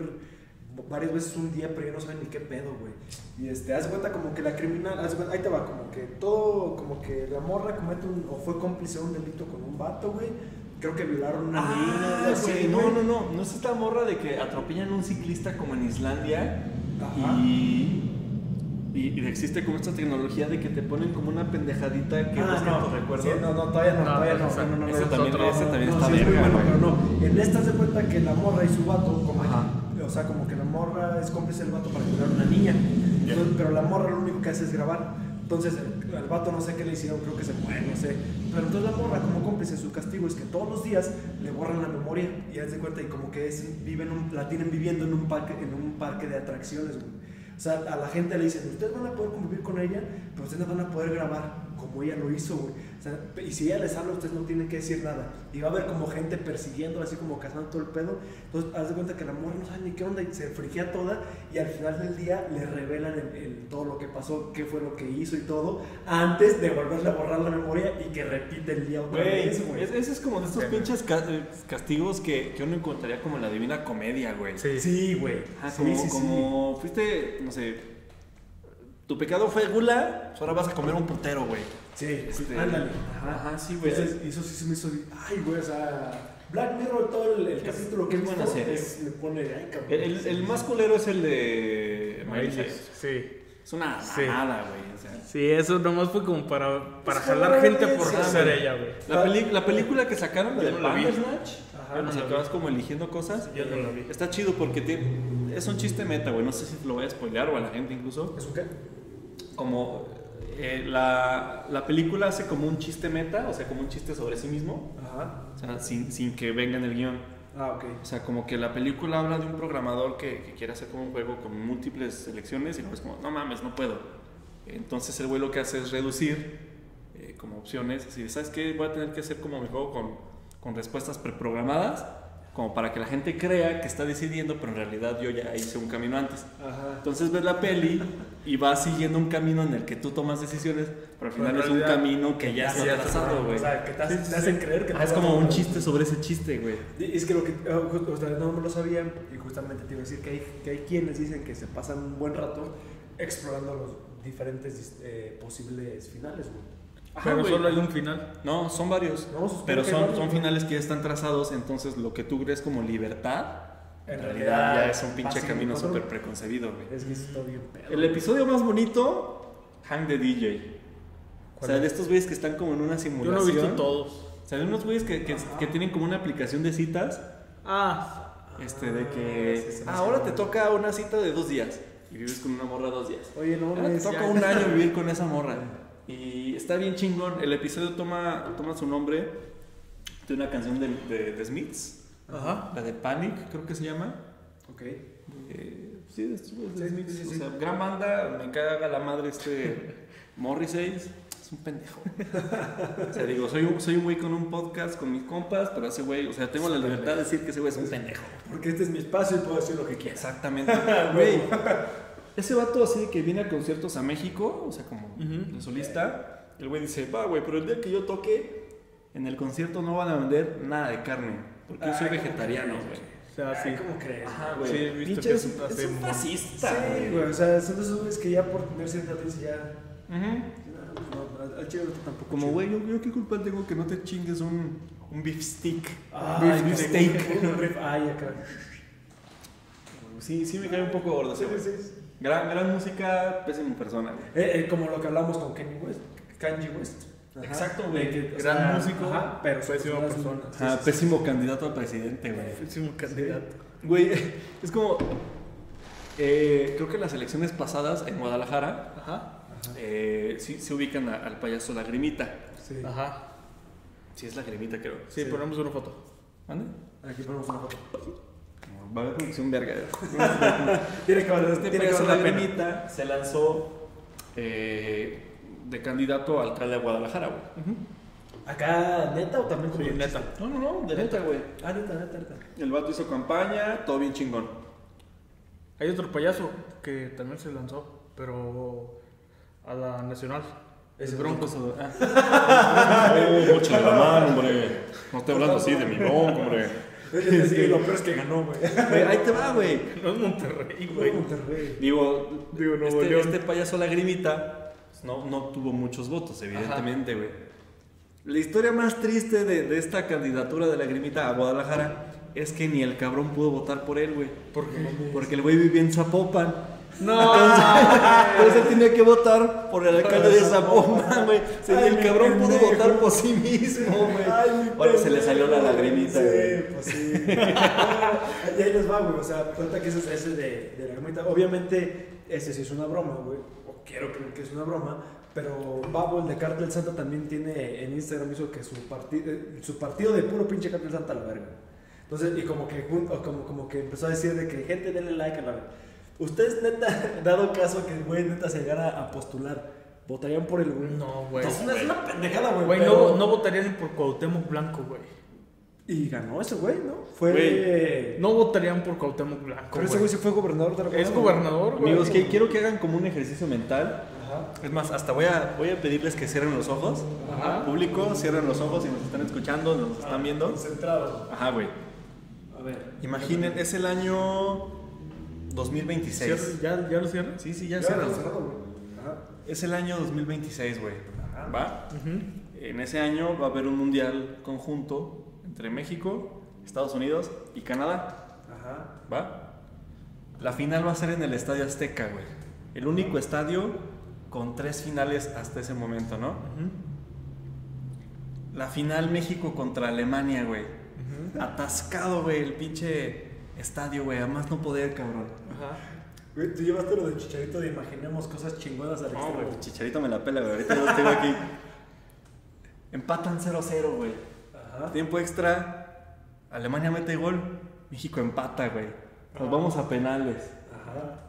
S3: varias veces un día, pero ya no saben ni qué pedo, güey. Y este, haz de cuenta como que la criminal, haz de cuenta- ahí te va, como que todo, como que la morra comete un, o fue cómplice de un delito con un vato, güey. Creo que violaron a una niña,
S1: Ah,
S3: algo así,
S1: güey, no,
S3: güey.
S1: no, no. ¿No es esta morra de que atropellan a un ciclista como en Islandia?
S3: Ajá.
S1: Y, y, y existe como esta tecnología de que te ponen como una pendejadita que
S3: Ah,
S1: busca
S3: no,
S1: tu recuerdo.
S3: sí, no, no, todavía no,
S2: No,
S3: todavía
S2: pues,
S3: no,
S2: esa-
S3: no, no, no,
S1: ese
S3: no,
S1: también-
S3: no,
S1: ese
S3: no,
S1: también
S3: no,
S1: está
S3: sí, es muy
S1: verga,
S3: bueno,
S1: güey.
S3: pero no. En esta se cuenta que la morra y su vato, como
S1: Ajá.
S3: o sea, como que la morra es cómplice del vato para cuidar a una niña, Entonces, pero la morra lo único que hace es grabar, entonces el, al vato no sé qué le hicieron, creo que se muere, no sé, pero entonces la morra como cómplice su castigo es que todos los días le borran la memoria y haz de cuenta y como que es, viven un- la tienen viviendo en un parque, en un parque de atracciones, güey. O sea, a la gente le dicen, ustedes van a poder convivir con ella, pero ustedes no van a poder grabar como ella lo hizo, güey. O sea, y si ella les habla, ustedes no tienen que decir nada. Y va a haber como gente persiguiendo, así como cazando todo el pedo. Entonces, haz de cuenta que la mujer no sabe ni qué onda y se friquea toda. Y al final del día le revelan el- el- todo lo que pasó, qué fue lo que hizo y todo, antes de volverle a borrar la memoria y que repite el día otra
S1: Güey,
S3: vez, güey.
S1: es- ese es como de estos pinches ca- eh, castigos que, que uno encontraría como en la divina comedia, güey.
S3: Sí, güey.
S1: Ajá, Ah,
S3: Sí,
S1: como,
S3: sí, sí.
S1: como fuiste, no sé, tu pecado fue gula, pues ahora vas a comer un putero, güey.
S3: Sí, sí,
S1: Este,
S3: ándale.
S1: ajá, sí, güey.
S3: Eso, Pues eso sí se me hizo. Ay, güey, o sea. Black Mirror, todo el, el capítulo que
S1: es
S3: he
S1: buena
S3: visto,
S1: serie.
S3: es- Me pone. Ay, cabrón.
S1: El, el- el más culero es el de Miley Cyrus.
S2: Sí.
S1: Es una
S2: Sí.
S1: mamada, güey. o sea.
S2: Sí, eso nomás fue como para, para
S3: Es
S2: jalar
S3: una
S2: gente por
S3: audiencia,
S2: ser
S1: güey.
S2: ella, güey.
S1: La, peli- la película que sacaron la de
S2: Yo no la vi.
S1: Bandersnatch,
S3: Ajá,
S1: donde
S2: yo no la vi.
S1: acabas como eligiendo cosas,
S2: Yo no la vi.
S1: está chido porque tiene- es un chiste meta, güey. No sé si lo voy a spoilear o a la gente incluso.
S3: ¿Es un qué?
S1: como eh, la, la película hace como un chiste meta, o sea, como un chiste sobre sí mismo,
S3: Ajá.
S1: o sea, sin, sin que venga en el guión.
S3: Ah, ok.
S1: O sea, como que la película habla de un programador que, que quiere hacer como un juego con múltiples elecciones y luego es como, no mames, no puedo. Entonces el güey lo que hace es reducir eh, como opciones, así de, ¿sabes qué? Voy a tener que hacer como mi juego con, con respuestas preprogramadas, como para que la gente crea que está decidiendo, pero en realidad yo ya hice un camino antes.
S3: Ajá.
S1: Entonces ves la peli y vas siguiendo un camino en el que tú tomas decisiones, pero al final
S2: Pero en
S1: es un
S2: realidad,
S1: camino que ya
S3: Sí,
S1: está trazado, güey.
S3: O sea, que te, hace-
S1: Sí, sí,
S3: te hacen
S1: sí.
S3: creer que
S1: Ah,
S3: te
S1: es
S3: vas
S1: como
S3: a-
S1: un chiste sobre ese chiste, güey.
S3: Y Es que lo que. ah, justo, o sea, no me lo sabían. Y justamente te iba a decir que hay, que hay quienes dicen que se pasan un buen rato explorando los diferentes dis- eh, posibles finales, güey.
S1: Ajá,
S2: Pero
S1: güey.
S2: solo hay un final.
S1: No, son varios.
S3: No, pues, supongo
S1: pero
S3: que
S1: son,
S3: varios,
S1: son
S3: ¿no?
S1: finales que ya están trazados, entonces lo que tú crees como libertad, en
S3: En
S1: realidad
S3: realidad,
S1: ya es un pinche
S3: pasa
S1: camino
S3: otro.
S1: súper preconcebido, güey.
S3: Es que eso está bien pedo.
S1: El episodio más bonito, Hang the DJ. O sea, de estos güeyes que están como en una
S2: Yo
S1: simulación.
S2: lo he visto todos.
S1: O sea, de unos güeyes que, que- que tienen como una aplicación de citas
S2: Ah,
S1: Este, de que
S3: sí, sí,
S1: "Ah,
S3: sí,
S1: ahora
S3: sí.
S1: te toca una cita de dos días y vives con una morra dos días.
S3: Oye, no
S1: Ahora te
S3: mames.
S1: Ah, toca
S3: ya.
S1: un año vivir con esa morra. Y está bien chingón. El episodio toma, toma su nombre de una canción de, de, de Smiths,
S2: ajá.
S1: la de Panic, creo que se llama.
S3: Ok.
S1: Eh, sí, de estos güeyes de
S3: Sí,
S1: Smiths.
S3: sí, sí,
S1: O
S3: sí.
S1: sea, gran banda, me caga la madre
S3: [LAUGHS]
S1: este Morrissey. Es un pendejo. O sea, digo, soy un, soy un güey con un podcast con mis compas, pero ese güey, o sea, tengo la libertad de decir que ese güey es un pendejo.
S3: Porque este es mi espacio y puedo decir lo que quiera.
S1: Exactamente.
S3: [LAUGHS]
S1: Güey, ese vato así de que viene a conciertos a México, o sea, como
S2: Ujú.
S1: de solista, el güey dice, va, güey, pero el día que yo toque, en el concierto no van a vender nada de carne, porque yo soy
S3: Ay, ¿cómo
S1: vegetariano,
S3: crees,
S1: güey.
S2: O sea, sí.
S3: Ay, ¿Cómo crees?
S1: Ajá,
S2: güey. Sí, he visto
S1: Pinche
S2: que
S1: es, es
S2: es-
S1: un
S2: hace-
S1: fascista,
S3: Sí, güey, o sea, son de esos güeyes que ya por tener cierta audiencia ya.
S1: Ujú.
S3: No, no, al- al chile no está tampoco.
S1: Como,
S3: chido.
S1: güey, yo, yo qué culpa tengo que no te chingues un, un beef stick,
S3: Ay,
S1: beef, beef steak.
S3: [LAUGHS] Un riff, ay, acá.
S1: Sí, sí me cae un poco gordo ese güey. Gran, gran música, pésimo persona, güey.
S3: Eh, eh, como lo que hablamos con Kanye West. Kanye West. Ajá.
S1: Exacto, güey.
S3: De que, o
S1: Gran músico,
S3: Ajá, pero su
S2: pésima
S3: persona. es un-
S1: Ah, pésimo candidato a presidente, güey.
S2: Pésimo candidato.
S1: Güey, [LAUGHS] es como. eh, creo que las elecciones pasadas en Guadalajara
S2: Ajá.
S1: eh, sí, se ubican a- al payaso Lagrimita.
S3: Sí. sí.
S2: Ajá.
S1: Sí, es Lagrimita, creo.
S2: Sí,
S3: Sí.
S2: ponemos una foto.
S1: ¿Mande?
S3: Aquí ponemos una foto.
S1: Va a haber producción verga.
S3: Tiene que valer,
S1: Este
S3: tiene que
S1: payaso
S3: valer la pena.
S1: Lagrimita se lanzó eh, de candidato a alcalde de Guadalajara, güey.
S3: ¿Acá neta o también como
S2: Sí,
S3: de
S2: neta.
S3: chiste?
S1: No, no, no, de neta, güey.
S3: Ah, neta, neta, neta.
S1: El vato hizo campaña, todo bien chingón.
S2: Hay otro payaso que también se lanzó, pero a la nacional.
S3: Ese
S2: El bronco.
S1: Oh, échale la mano, hombre. No esté hablando así de mi bronco, hombre.
S3: Sí, lo peor es que ganó, güey.
S1: Güey, ahí te va, güey.
S2: [LAUGHS] No es [LAUGHS] Monterrey, güey.
S3: Monterrey.
S1: Digo,
S2: Digo, Nuevo
S1: este,
S2: León. [LAUGHS]
S1: este payaso lagrimita pues, no, no obtuvo muchos votos, evidentemente, güey. La historia más triste de, de esta candidatura de lagrimita a Guadalajara es que ni el cabrón pudo votar por él, güey.
S2: ¿Por qué?
S1: Porque el güey vivía en Zapopan.
S2: No.
S1: Entonces, entonces él tenía que votar por el alcalde de Zapopan, güey. Sí,
S3: Ay,
S1: el
S3: mi
S1: cabrón pudo
S3: pendejo.
S1: votar por sí mismo, güey.
S3: Ay, mi
S1: Ahora se le
S3: pendejo.
S1: salió la lagrimita, güey.
S3: Sí, pues sí. y ahí les va, güey. O sea, cuenta que ese, es- ese es de, de la lagrimita. Obviamente, ese sí es una broma, güey. O quiero creer que es una broma. Pero Babo, el de Cartel Santa, también tiene en Instagram hizo que su, parti- eh, su partido de puro pinche Cartel Santa a la verga. Entonces, y como que, jun- o como, como que empezó a decir de que gente denle like a la verga. Ustedes, neta, [LAUGHS] dado caso que el güey neta se llegara a postular, ¿votarían por el güey?
S2: No, güey.
S3: Entonces, Es una pendejada, güey.
S2: Güey,
S3: pero-
S2: no, no votaría ni por Cuauhtémoc Blanco, güey.
S3: y ganó ese güey, ¿no? Fue.
S1: Güey.
S2: No votarían por Cuauhtémoc Blanco,
S3: Pero ese güey
S2: güey.
S3: sí fue gobernador de la
S2: Es gobernador, güey.
S1: Amigos, que quiero que hagan como un ejercicio mental.
S3: Ajá.
S1: Es más, hasta voy a, voy a pedirles que cierren los ojos.
S2: Ajá.
S1: Público, cierren los ojos si nos están escuchando, nos están viendo.
S3: Concentrado.
S1: Ajá, güey.
S3: A ver.
S1: Imaginen, es el año
S2: ¿Cierra-
S1: 2026.
S2: ¿Ya, ¿Ya lo cierran?
S1: Sí, sí,
S3: Ya
S1: ya
S3: se
S1: cierran.
S3: cerrado, güey. Ajá.
S1: Es el año 2026, güey. ¿Va? En ese año va a haber un mundial conjunto entre México, Estados Unidos y Canadá.
S3: Ajá.
S1: ¿Va? La final va a ser en el Estadio Azteca, güey. El único estadio con tres finales hasta ese momento, ¿no? La final México contra Alemania, güey. Atascado, güey, el pinche estadio, güey. A más no poder, cabrón.
S2: Ajá.
S3: Güey, tú llevaste lo de chicharito de imaginemos cosas chingonas al
S1: No,
S3: extremo.
S1: güey, Chicharito me la pela, güey. Ahorita yo lo tengo aquí. [LAUGHS] Empatan 0-0, güey.
S3: Ajá.
S1: Tiempo extra. Alemania mete gol. México empata, güey. Nos vamos a penales.
S3: Ajá.
S1: Ah.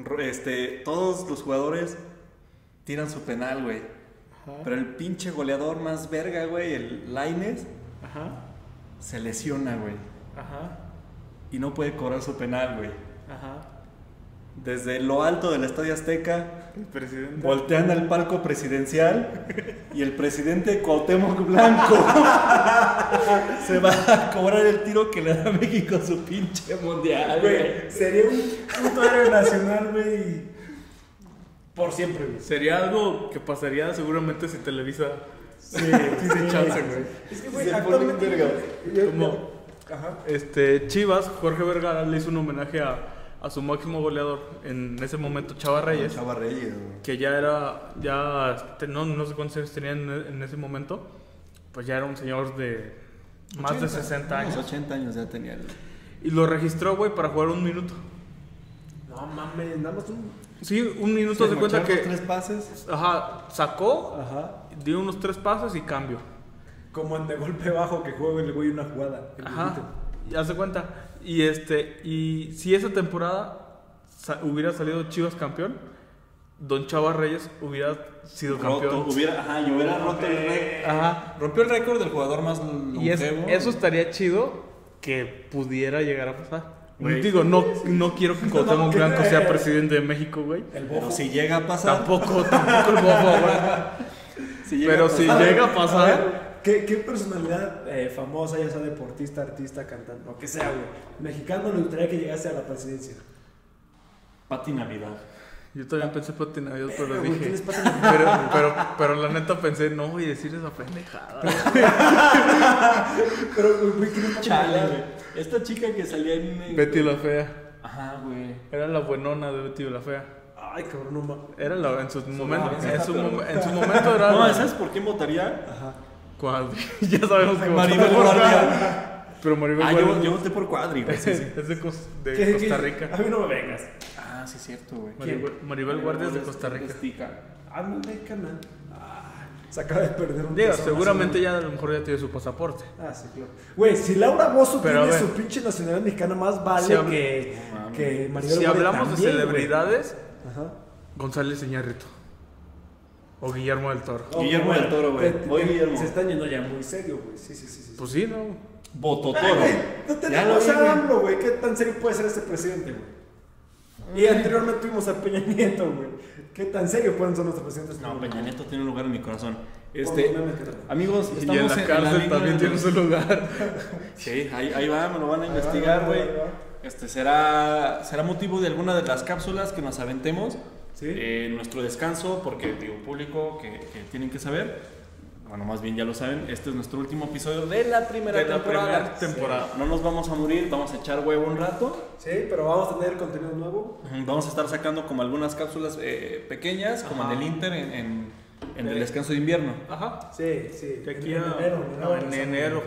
S1: Ro- Este, todos los jugadores tiran su penal, güey.
S2: Ajá.
S1: Pero el pinche goleador más verga, güey, el Laines,
S2: Ajá.
S1: se lesiona, güey.
S2: Ajá.
S1: Y no puede cobrar su penal, güey.
S2: Ajá.
S1: Desde lo alto del Estadio Azteca,
S2: El presidente.
S1: voltean al palco presidencial y el presidente Cuauhtémoc Blanco [LAUGHS] se va a cobrar el tiro que le da México a su pinche mundial, güey.
S3: Güey, sería un puto héroe nacional, güey. Por siempre, güey.
S2: Sería algo que pasaría seguramente si Televisa. [LAUGHS]
S3: Sí, sí,
S2: sí, chance, güey.
S3: Es que, güey,
S1: Se
S3: actualmente.
S1: pone verga.
S3: yo-
S2: Como-
S3: Ajá.
S2: Este, Chivas, Jorge Vergara le hizo un homenaje a, a su máximo goleador en ese momento, Chava Reyes,
S1: Chava Reyes, güey.
S2: que ya era, ya, este, no, no sé cuántos años tenía en, en ese momento, pues ya era un señor de más de 60
S1: Unos
S2: años.
S1: 80 años ya tenía el...
S2: Y lo registró, güey, para jugar un minuto.
S3: No mames, nada más un.
S2: Sí, un minuto se cuenta
S1: Mocharon
S2: que,
S1: tres pases.
S2: ajá, sacó,
S3: Ajá.
S2: dio unos tres pasos y cambio.
S3: Como en de golpe bajo que juega el güey una jugada. el
S2: Ajá,
S3: güeyito.
S2: ya se cuenta. Y este, y si esa temporada sa- hubiera salido Chivas campeón, Don Chava Reyes hubiera sido
S1: Roto,
S2: campeón.
S1: hubiera, ajá, yo hubiera roto el récord.
S2: Ajá.
S1: Rompió el récord del jugador más
S2: Y es-
S1: longevo.
S2: eso estaría chido que pudiera llegar a pasar.
S1: Güey.
S2: Digo, no, no quiero
S3: [LAUGHS]
S2: que Cuauhtémoc
S3: que-
S2: Blanco sea presidente de México, güey.
S3: El
S1: Pero
S3: bofo.
S1: si llega a pasar.
S3: [LAUGHS]
S2: Tampoco, tampoco el bobo, güey.
S1: si llega
S2: Pero
S1: a
S2: si
S1: pasar-
S2: llega a
S3: A
S2: pasar,
S3: ver, ¿Qué, qué personalidad eh, famosa, ya sea deportista, artista, cantante, lo que sea, güey? Mexicano le gustaría que llegase a la presidencia.
S1: Pati Navidad.
S2: yo también pensé patinavidos, pero
S3: Pero, güey, ¿quién
S2: dije.
S3: es Pati Navidad?
S2: Pero, pero, pero la neta pensé, no voy a decir esa pendejada.
S3: Pero, güey, güey, ¿quién es Pati
S1: Chale,
S3: Navidad?
S1: güey. Esta chica que salía en.
S2: Betty la fea.
S1: Ajá, güey.
S2: Era la buenona de Betty la Fea.
S3: Ay, cabrón, no mames.
S2: Era la en su momento.
S1: ah,
S2: En
S1: esa,
S2: su,
S1: pero-
S2: mom- en su momento era.
S1: No,
S2: la-
S1: ¿sabes por quién votaría?
S2: ¿Cuál? [LAUGHS] ya sabemos que
S1: Maribel
S2: votó por
S1: Guardia.
S2: Cuadri. Pero Maribel
S1: Ah, yo,
S2: Guardia
S1: yo voté por Cuadri, güey. Sí, sí.
S2: es de, Cos- de
S3: ¿Qué-
S2: Costa
S3: qué- A
S2: Rica.
S3: mí no me vengas.
S1: Ah, sí, es cierto, güey.
S3: ¿Quién?
S2: Maribel, Maribel Guardia es de Costa Rica.
S1: Estica.
S3: A mí me vengan. Ah, se acaba de perder un
S2: Digo,
S3: peso
S2: seguramente ya a lo mejor ya tiene su pasaporte.
S3: nacional. Ah, sí, claro. Güey, si Laura Bozo
S2: Pero, a
S3: tiene
S2: ver.
S3: su pinche nacionalidad mexicana, más vale
S2: Si hab-
S3: que, que Maribel
S2: si
S3: Guardia
S2: hablamos
S3: también,
S2: de
S3: güey.
S2: celebridades,
S3: Ajá.
S2: González Iñárritu. O Guillermo del Toro.
S1: Guillermo del Toro, güey.
S3: Te- te-
S1: Voy, Guillermo.
S3: Se están yendo ya muy serio, güey. Sí, sí, sí. sí.
S2: Pues sí, ¿no?
S1: Bototoro.
S3: Güey, No
S1: Ya lo
S3: tenemos
S1: vi, güey.
S3: a AMLO, güey. ¿Qué tan serio puede ser este presidente, güey? Y anteriormente tuvimos a Peña Nieto, güey. ¿Qué tan serio pueden ser nuestros presidentes?
S1: No, Peña Nieto tiene un lugar en mi corazón.
S3: Por
S1: Este,
S3: los memes que trae.
S1: amigos,
S2: Y
S1: estamos
S2: en la cárcel
S1: misma-
S2: también tiene su lugar.
S1: Sí, ahí, ahí va, me lo van a
S3: va,
S1: investigar,
S3: ahí va,
S1: güey.
S3: ahí va.
S1: Este será, será motivo de alguna de las cápsulas que nos aventemos
S3: Sí.
S1: eh, en nuestro descanso, porque digo, público que, que tienen que saber. Bueno, más bien ya lo saben, este es nuestro último episodio de la primera
S2: De la
S1: temporada.
S2: primera temporada.
S1: Sí. No nos vamos a morir, vamos a echar huevo un rato.
S3: Sí, pero vamos a tener contenido nuevo.
S1: Vamos a estar sacando como algunas cápsulas eh, pequeñas, como
S2: Ajá.
S1: en el Inter, en, en- en el
S2: Sí.
S1: descanso de invierno.
S2: Ajá.
S3: Sí, sí.
S2: De aquí a. no, en enero.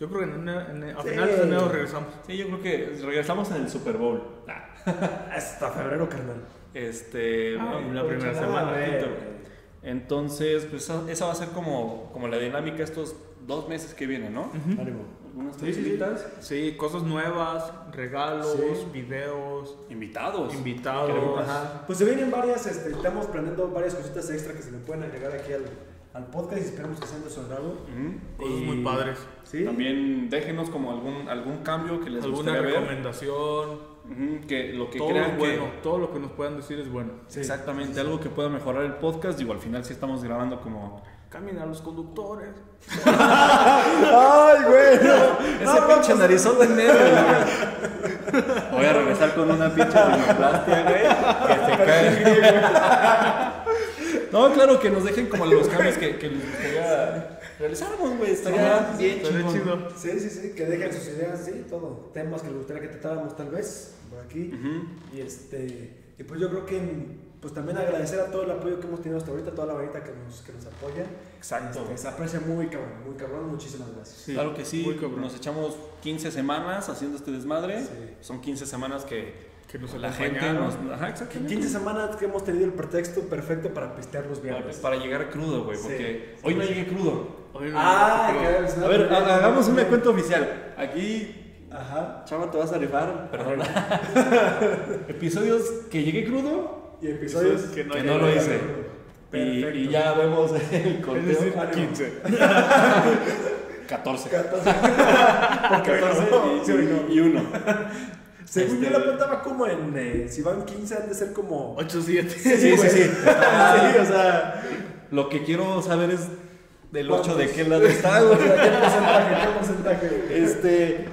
S2: Yo creo que en, en- en- a
S3: Sí.
S2: finales de enero regresamos.
S1: Sí, yo creo que regresamos en el Super Bowl. Ah.
S3: Hasta febrero, carnal.
S1: Este,
S2: Ah,
S1: la
S3: pues,
S1: primera
S3: ah,
S1: semana.
S3: güey.
S1: quinto, güey. Entonces, pues esa, esa va a ser como, como la dinámica estos dos meses que vienen, ¿no?
S3: Ánimo.
S1: Algunas
S3: Sí, sí, sí.
S1: cositas.
S2: Sí, cosas nuevas, regalos,
S3: Sí.
S2: videos,
S1: Invitados.
S2: invitados.
S3: Ajá. Pues se vienen varias, este, estamos planeando varias cositas extra que se le pueden agregar aquí al, al podcast y esperamos que sean de su agrado.
S1: Ujú.
S2: Cosas
S3: Y-
S2: muy padres.
S3: Sí.
S1: También déjenos como algún, algún cambio que les
S2: Alguna
S1: gustaría ver.
S2: recomendación.
S1: Ujú, Que lo que
S2: Todo
S1: crean
S2: lo bueno, todo lo que nos puedan decir es bueno.
S1: que... Exactamente, algo que pueda mejorar el podcast. Digo, al final sí estamos grabando como...
S2: Camina a los conductores.
S3: ¡Ay, güey!
S1: Ese pinche narizón de negro, güey. Voy a [LAUGHS] regresar con una pinche rinoplastia, güey. Que se cae. [LAUGHS] No, claro que nos dejen como los cambios que, que les gustaría realizarnos, güey. Estaría
S3: Sí,
S1: bien
S2: Estaría
S1: chingón.
S2: chido.
S3: Sí, sí, sí, que dejen sus ideas, sí, todo. Temas que les gustaría que tratáramos tal vez por aquí.
S1: Ujú.
S3: Y este, y pues yo creo que pues también agradecer a todo el apoyo que hemos tenido hasta ahorita, toda la varita que nos, que nos apoya.
S1: Exacto.
S3: Este, se aprecia muy cabrón, muy cabrón, muchísimas gracias.
S2: Sí,
S1: claro que sí.
S2: muy cabrón.
S1: Nos echamos 15 semanas haciendo este desmadre.
S3: Sí.
S1: Son 15 semanas que
S2: Que nos
S1: la gente
S2: acompañaron.
S1: nos. Ajá, exactamente.
S3: 15 semanas que hemos tenido el pretexto perfecto para pistear los
S1: para,
S3: viernes.
S1: para llegar crudo, güey.
S3: Sí.
S1: Porque hoy no llegué crudo.
S2: Hoy no
S3: Ah,
S2: nos-
S3: que-
S1: pues, A ver, ha- hagamos una cuenta oficial. Aquí
S3: Ajá.
S1: Chama, te vas a rifar, perdón. Episodios que llegué crudo,
S3: Y episodios
S2: Episodios que no
S1: que
S2: llegué
S1: no lo
S2: crudo.
S1: hice. Y,
S3: Perfecto.
S1: y ya vemos el conteo. Ah,
S2: Es decir,
S1: Ánimo.
S2: 15.
S1: 14.
S3: 14.
S1: Ah, 14 y-
S3: Sí, no.
S1: y, 1.
S3: Según
S1: Este-
S3: yo la contaba como en. eh, si van 15, han de ser como.
S2: 8, 7.
S1: sí,
S3: güey. [LAUGHS]
S1: sí.
S3: sí, o sea.
S1: Lo que quiero saber es del 8
S3: ¿cuántos?
S1: de qué lado está, güey.
S3: O sea, ¿Qué porcentaje? ¿Qué porcentaje?
S1: Este,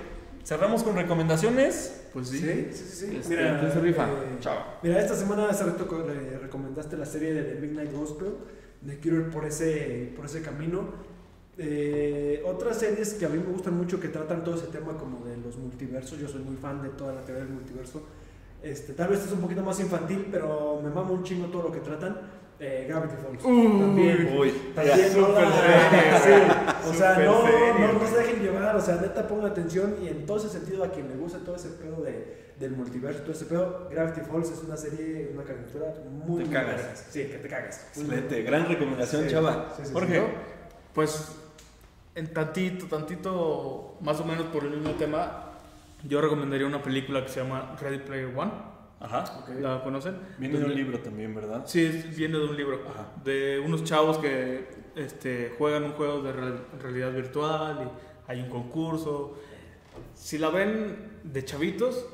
S1: cerramos con recomendaciones.
S2: Pues sí.
S3: Sí, sí, sí. sí.
S1: Este, ¿quién se rifa?
S3: eh,
S1: Chao.
S3: Mira, esta semana hace rato co- le recomendaste la serie de The Midnight Gospel. Me quiero ir por ese, por ese camino. Eh, otras series que a mí me gustan mucho que tratan todo ese tema como de los multiversos. Yo soy muy fan de toda la teoría del multiverso. Este, tal vez es un poquito más infantil, pero me mama un chingo todo lo que tratan. Eh, Gravity Falls.
S1: Uh,
S2: Uy.
S3: también.
S1: Uy.
S3: También no
S2: Súper
S3: la-
S2: serie, güey.
S3: sí, O sea,
S2: Súper
S3: no,
S2: serie,
S3: no, no
S2: güey.
S3: se dejen llevar. O sea, neta, pongan atención. Y en todo ese sentido, a quien le gusta todo ese pedo de, del multiverso, todo ese pedo, Gravity Falls es una serie, una caricatura muy.
S1: Te
S3: muy
S1: cagas.
S3: vergas. Sí, que te cagas. Muy
S1: Excelente, gran recomendación,
S3: Sí,
S1: chava.
S3: sí, sí,
S1: Jorge,
S2: ¿No? Pues en tantito, tantito, más o menos por el mismo tema, yo recomendaría una película que se llama Ready Player One.
S1: ajá.
S3: Ok.
S2: ¿La conocen?
S1: Viene de un
S2: Donde-
S1: libro también, ¿verdad?
S2: Sí, es- viene de un libro.
S1: Ajá.
S2: De unos chavos que este, juegan un juego de real- realidad virtual y hay un concurso. Si la ven de chavitos,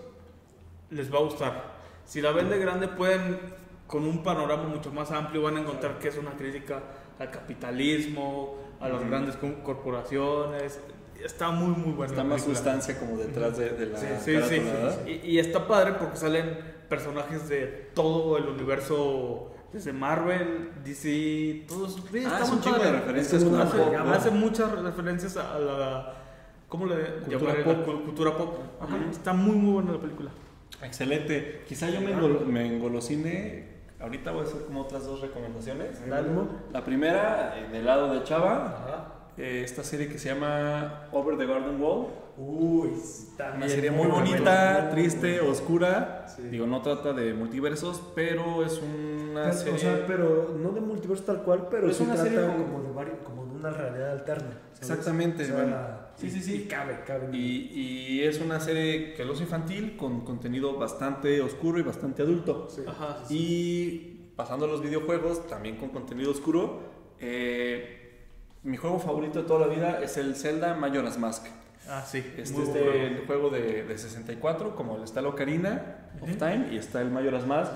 S2: les va a gustar. Si la ven de grande, pueden, con un panorama mucho más amplio, van a encontrar que es una crítica al capitalismo, a las grandes co- corporaciones. Está muy, muy buena.
S1: Está
S2: la
S1: más
S2: película.
S1: sustancia como detrás de, de la
S2: Sí, sí, sí.
S1: carátula, ¿verdad?
S2: Y, y está padre porque salen personajes de todo el universo, desde Marvel, DC, todos. sí,
S1: Ah,
S2: está
S1: es
S2: muy
S1: un chingo de
S2: padre.
S1: referencias
S2: Hace-
S1: como
S2: hace,
S1: pop,
S2: hace muchas referencias a la. ¿Cómo le
S1: Cultura
S2: llamaré?
S1: pop.
S2: La cu- cultura pop. Ajá, Está muy, muy buena la película.
S1: Excelente. Quizá yo me, engol- me engolosine. Ahorita voy a hacer como otras dos recomendaciones.
S3: Ánimo.
S1: La primera, eh, del lado de Chava, eh, esta serie que se llama Over the Garden Wall.
S3: Uy,
S1: Una
S3: también
S1: serie muy
S3: buena.
S1: bonita, triste, oscura.
S3: Sí.
S1: Digo, no trata de multiversos, pero es una
S3: Pero,
S1: serie.
S3: O sea, pero no de multiverso tal cual, pero
S1: Es
S3: sí
S1: una
S3: trata
S1: serie como-
S3: como, de vari- como de una realidad alterna. ¿sabes?
S1: Exactamente,
S3: O sea,
S1: bueno.
S3: y-
S1: Sí, sí, sí.
S3: y cabe, cabe.
S1: Y, y es una serie que lo es infantil con contenido bastante oscuro y bastante adulto.
S3: Sí.
S2: Ajá, sí, sí.
S1: Y pasando a los videojuegos, también con contenido oscuro, eh, mi juego favorito de toda la vida es el Zelda Majora's Mask.
S2: Ah, sí.
S1: Este
S2: muy
S1: es
S2: buen juego.
S1: el juego de, de 64, como está la Ocarina of
S2: Ujú.
S1: Time y está el Majora's Mask.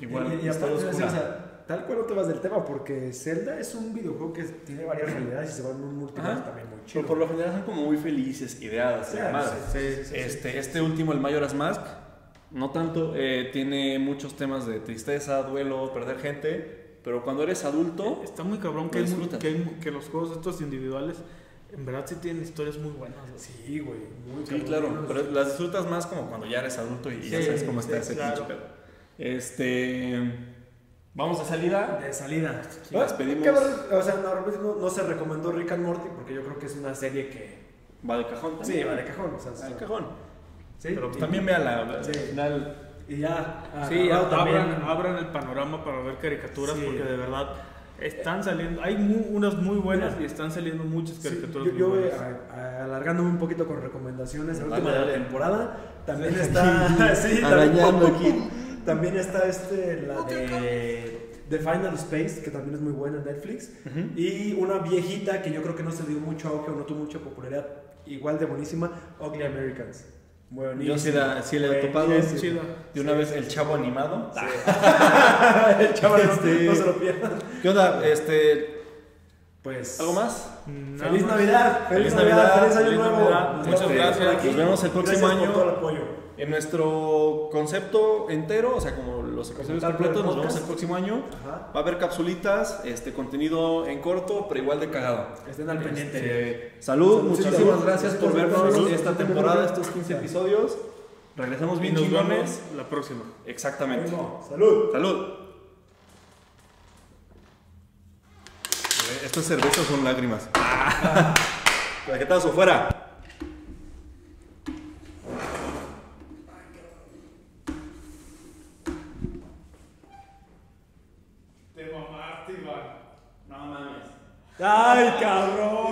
S1: Igual
S3: y, y
S1: está
S3: aparte,
S1: oscura.
S3: o sea, o sea, tal cual no te vas del tema, porque Zelda es un videojuego que tiene varias realidades y se va en un multiverso
S1: Ajá.
S3: también muy
S1: Pero
S3: chido.
S1: por lo general son como muy felices, ideadas,
S3: Sí,
S1: y armadas.
S3: sí, sí,
S1: este, este último, el Majora's Mask, no tanto, eh, tiene muchos temas de tristeza, duelo, perder gente, pero cuando eres adulto,
S2: Está muy cabrón que,
S1: Lo
S2: hay mu-
S1: disfrutas.
S2: que, hay mu- que los juegos estos individuales, en verdad sí tienen historias muy buenas. güey.
S3: Sí, güey, muy
S1: sí,
S3: cabrón.
S1: claro, pero las disfrutas más como cuando ya eres adulto y ya
S2: Sí,
S1: sabes cómo está
S2: sí,
S1: ese
S2: claro.
S1: pinche pedo. Este, vamos a salida.
S3: De salida.
S1: Sí, las pedimos.
S3: Qué bueno, O sea, normalmente no, no se recomendó Rick and Morty porque yo creo que es una serie que.
S1: Va de cajón.
S3: Sí,
S1: también.
S3: va de cajón. O sea,
S1: Va de
S3: sí.
S1: cajón.
S3: Sí,
S1: Pero pues
S3: y-
S1: también véala.
S3: Sí.
S1: Al final,
S3: Y ya. ah,
S2: Sí,
S3: Arrau
S2: abran, abran el panorama para ver caricaturas
S3: Sí.
S2: porque de verdad están saliendo, hay mu- unas muy buenas
S3: Mira.
S2: y están saliendo muchas
S3: Sí,
S2: caricaturas.
S3: yo,
S2: muy
S3: yo,
S2: buenas.
S3: a- a- alargándome un poquito con recomendaciones, la
S1: Dale,
S3: última de la
S1: dale.
S3: temporada también está. [LAUGHS] sí,
S1: Arañando
S3: también,
S1: aquí.
S3: También está este, la de. The Final Space, que también es muy buena en Netflix. Y una viejita que yo creo que no se dio mucho auge o no tuvo mucha popularidad, igual de buenísima, Ugly Americans. Buenísima.
S1: yo sí la, sí la he
S3: Güey,
S1: topado.
S3: sí, sí.
S2: chida.
S1: De una vez, el chavo animado.
S3: [LAUGHS] El chaval no-
S1: Este-
S3: no se lo pierdan.
S1: ¿Qué onda? Este,
S3: Pues.
S1: ¿Algo más?
S2: Mm, Nada
S3: Feliz
S2: más.
S3: Navidad, feliz,
S1: Feliz
S3: Navidad,
S1: Navidad,
S3: feliz año
S1: feliz
S3: nuevo.
S1: Navidad.
S3: Nos
S2: Muchas
S3: vemos por
S2: gracias.
S3: aquí.
S1: Nos vemos el próximo
S3: Gracias
S1: año.
S3: Por todo el apoyo.
S1: En nuestro concepto entero, o sea, como los episodios
S3: tal
S1: completos,
S3: cual
S1: nos
S3: el
S1: vemos el
S3: podcast.
S1: próximo año.
S3: Ajá.
S1: Va a haber capsulitas, este contenido en corto, pero igual de cagado.
S3: Estén al
S1: Este, salud,
S3: Saludcita.
S1: muchísimas gracias por
S3: Saludcita.
S1: vernos
S3: Salud.
S1: esta temporada, estos 15
S3: Saludcita.
S1: episodios. Regresamos
S2: Y
S1: bien
S2: nos
S1: chingones.
S2: vemos la próxima.
S1: Exactamente.
S3: Salud.
S1: Salud. Estas cervezas son lágrimas. Paquetazo fuera.
S2: Te mamaste, Iván. No mames.
S3: Ay, cabrón.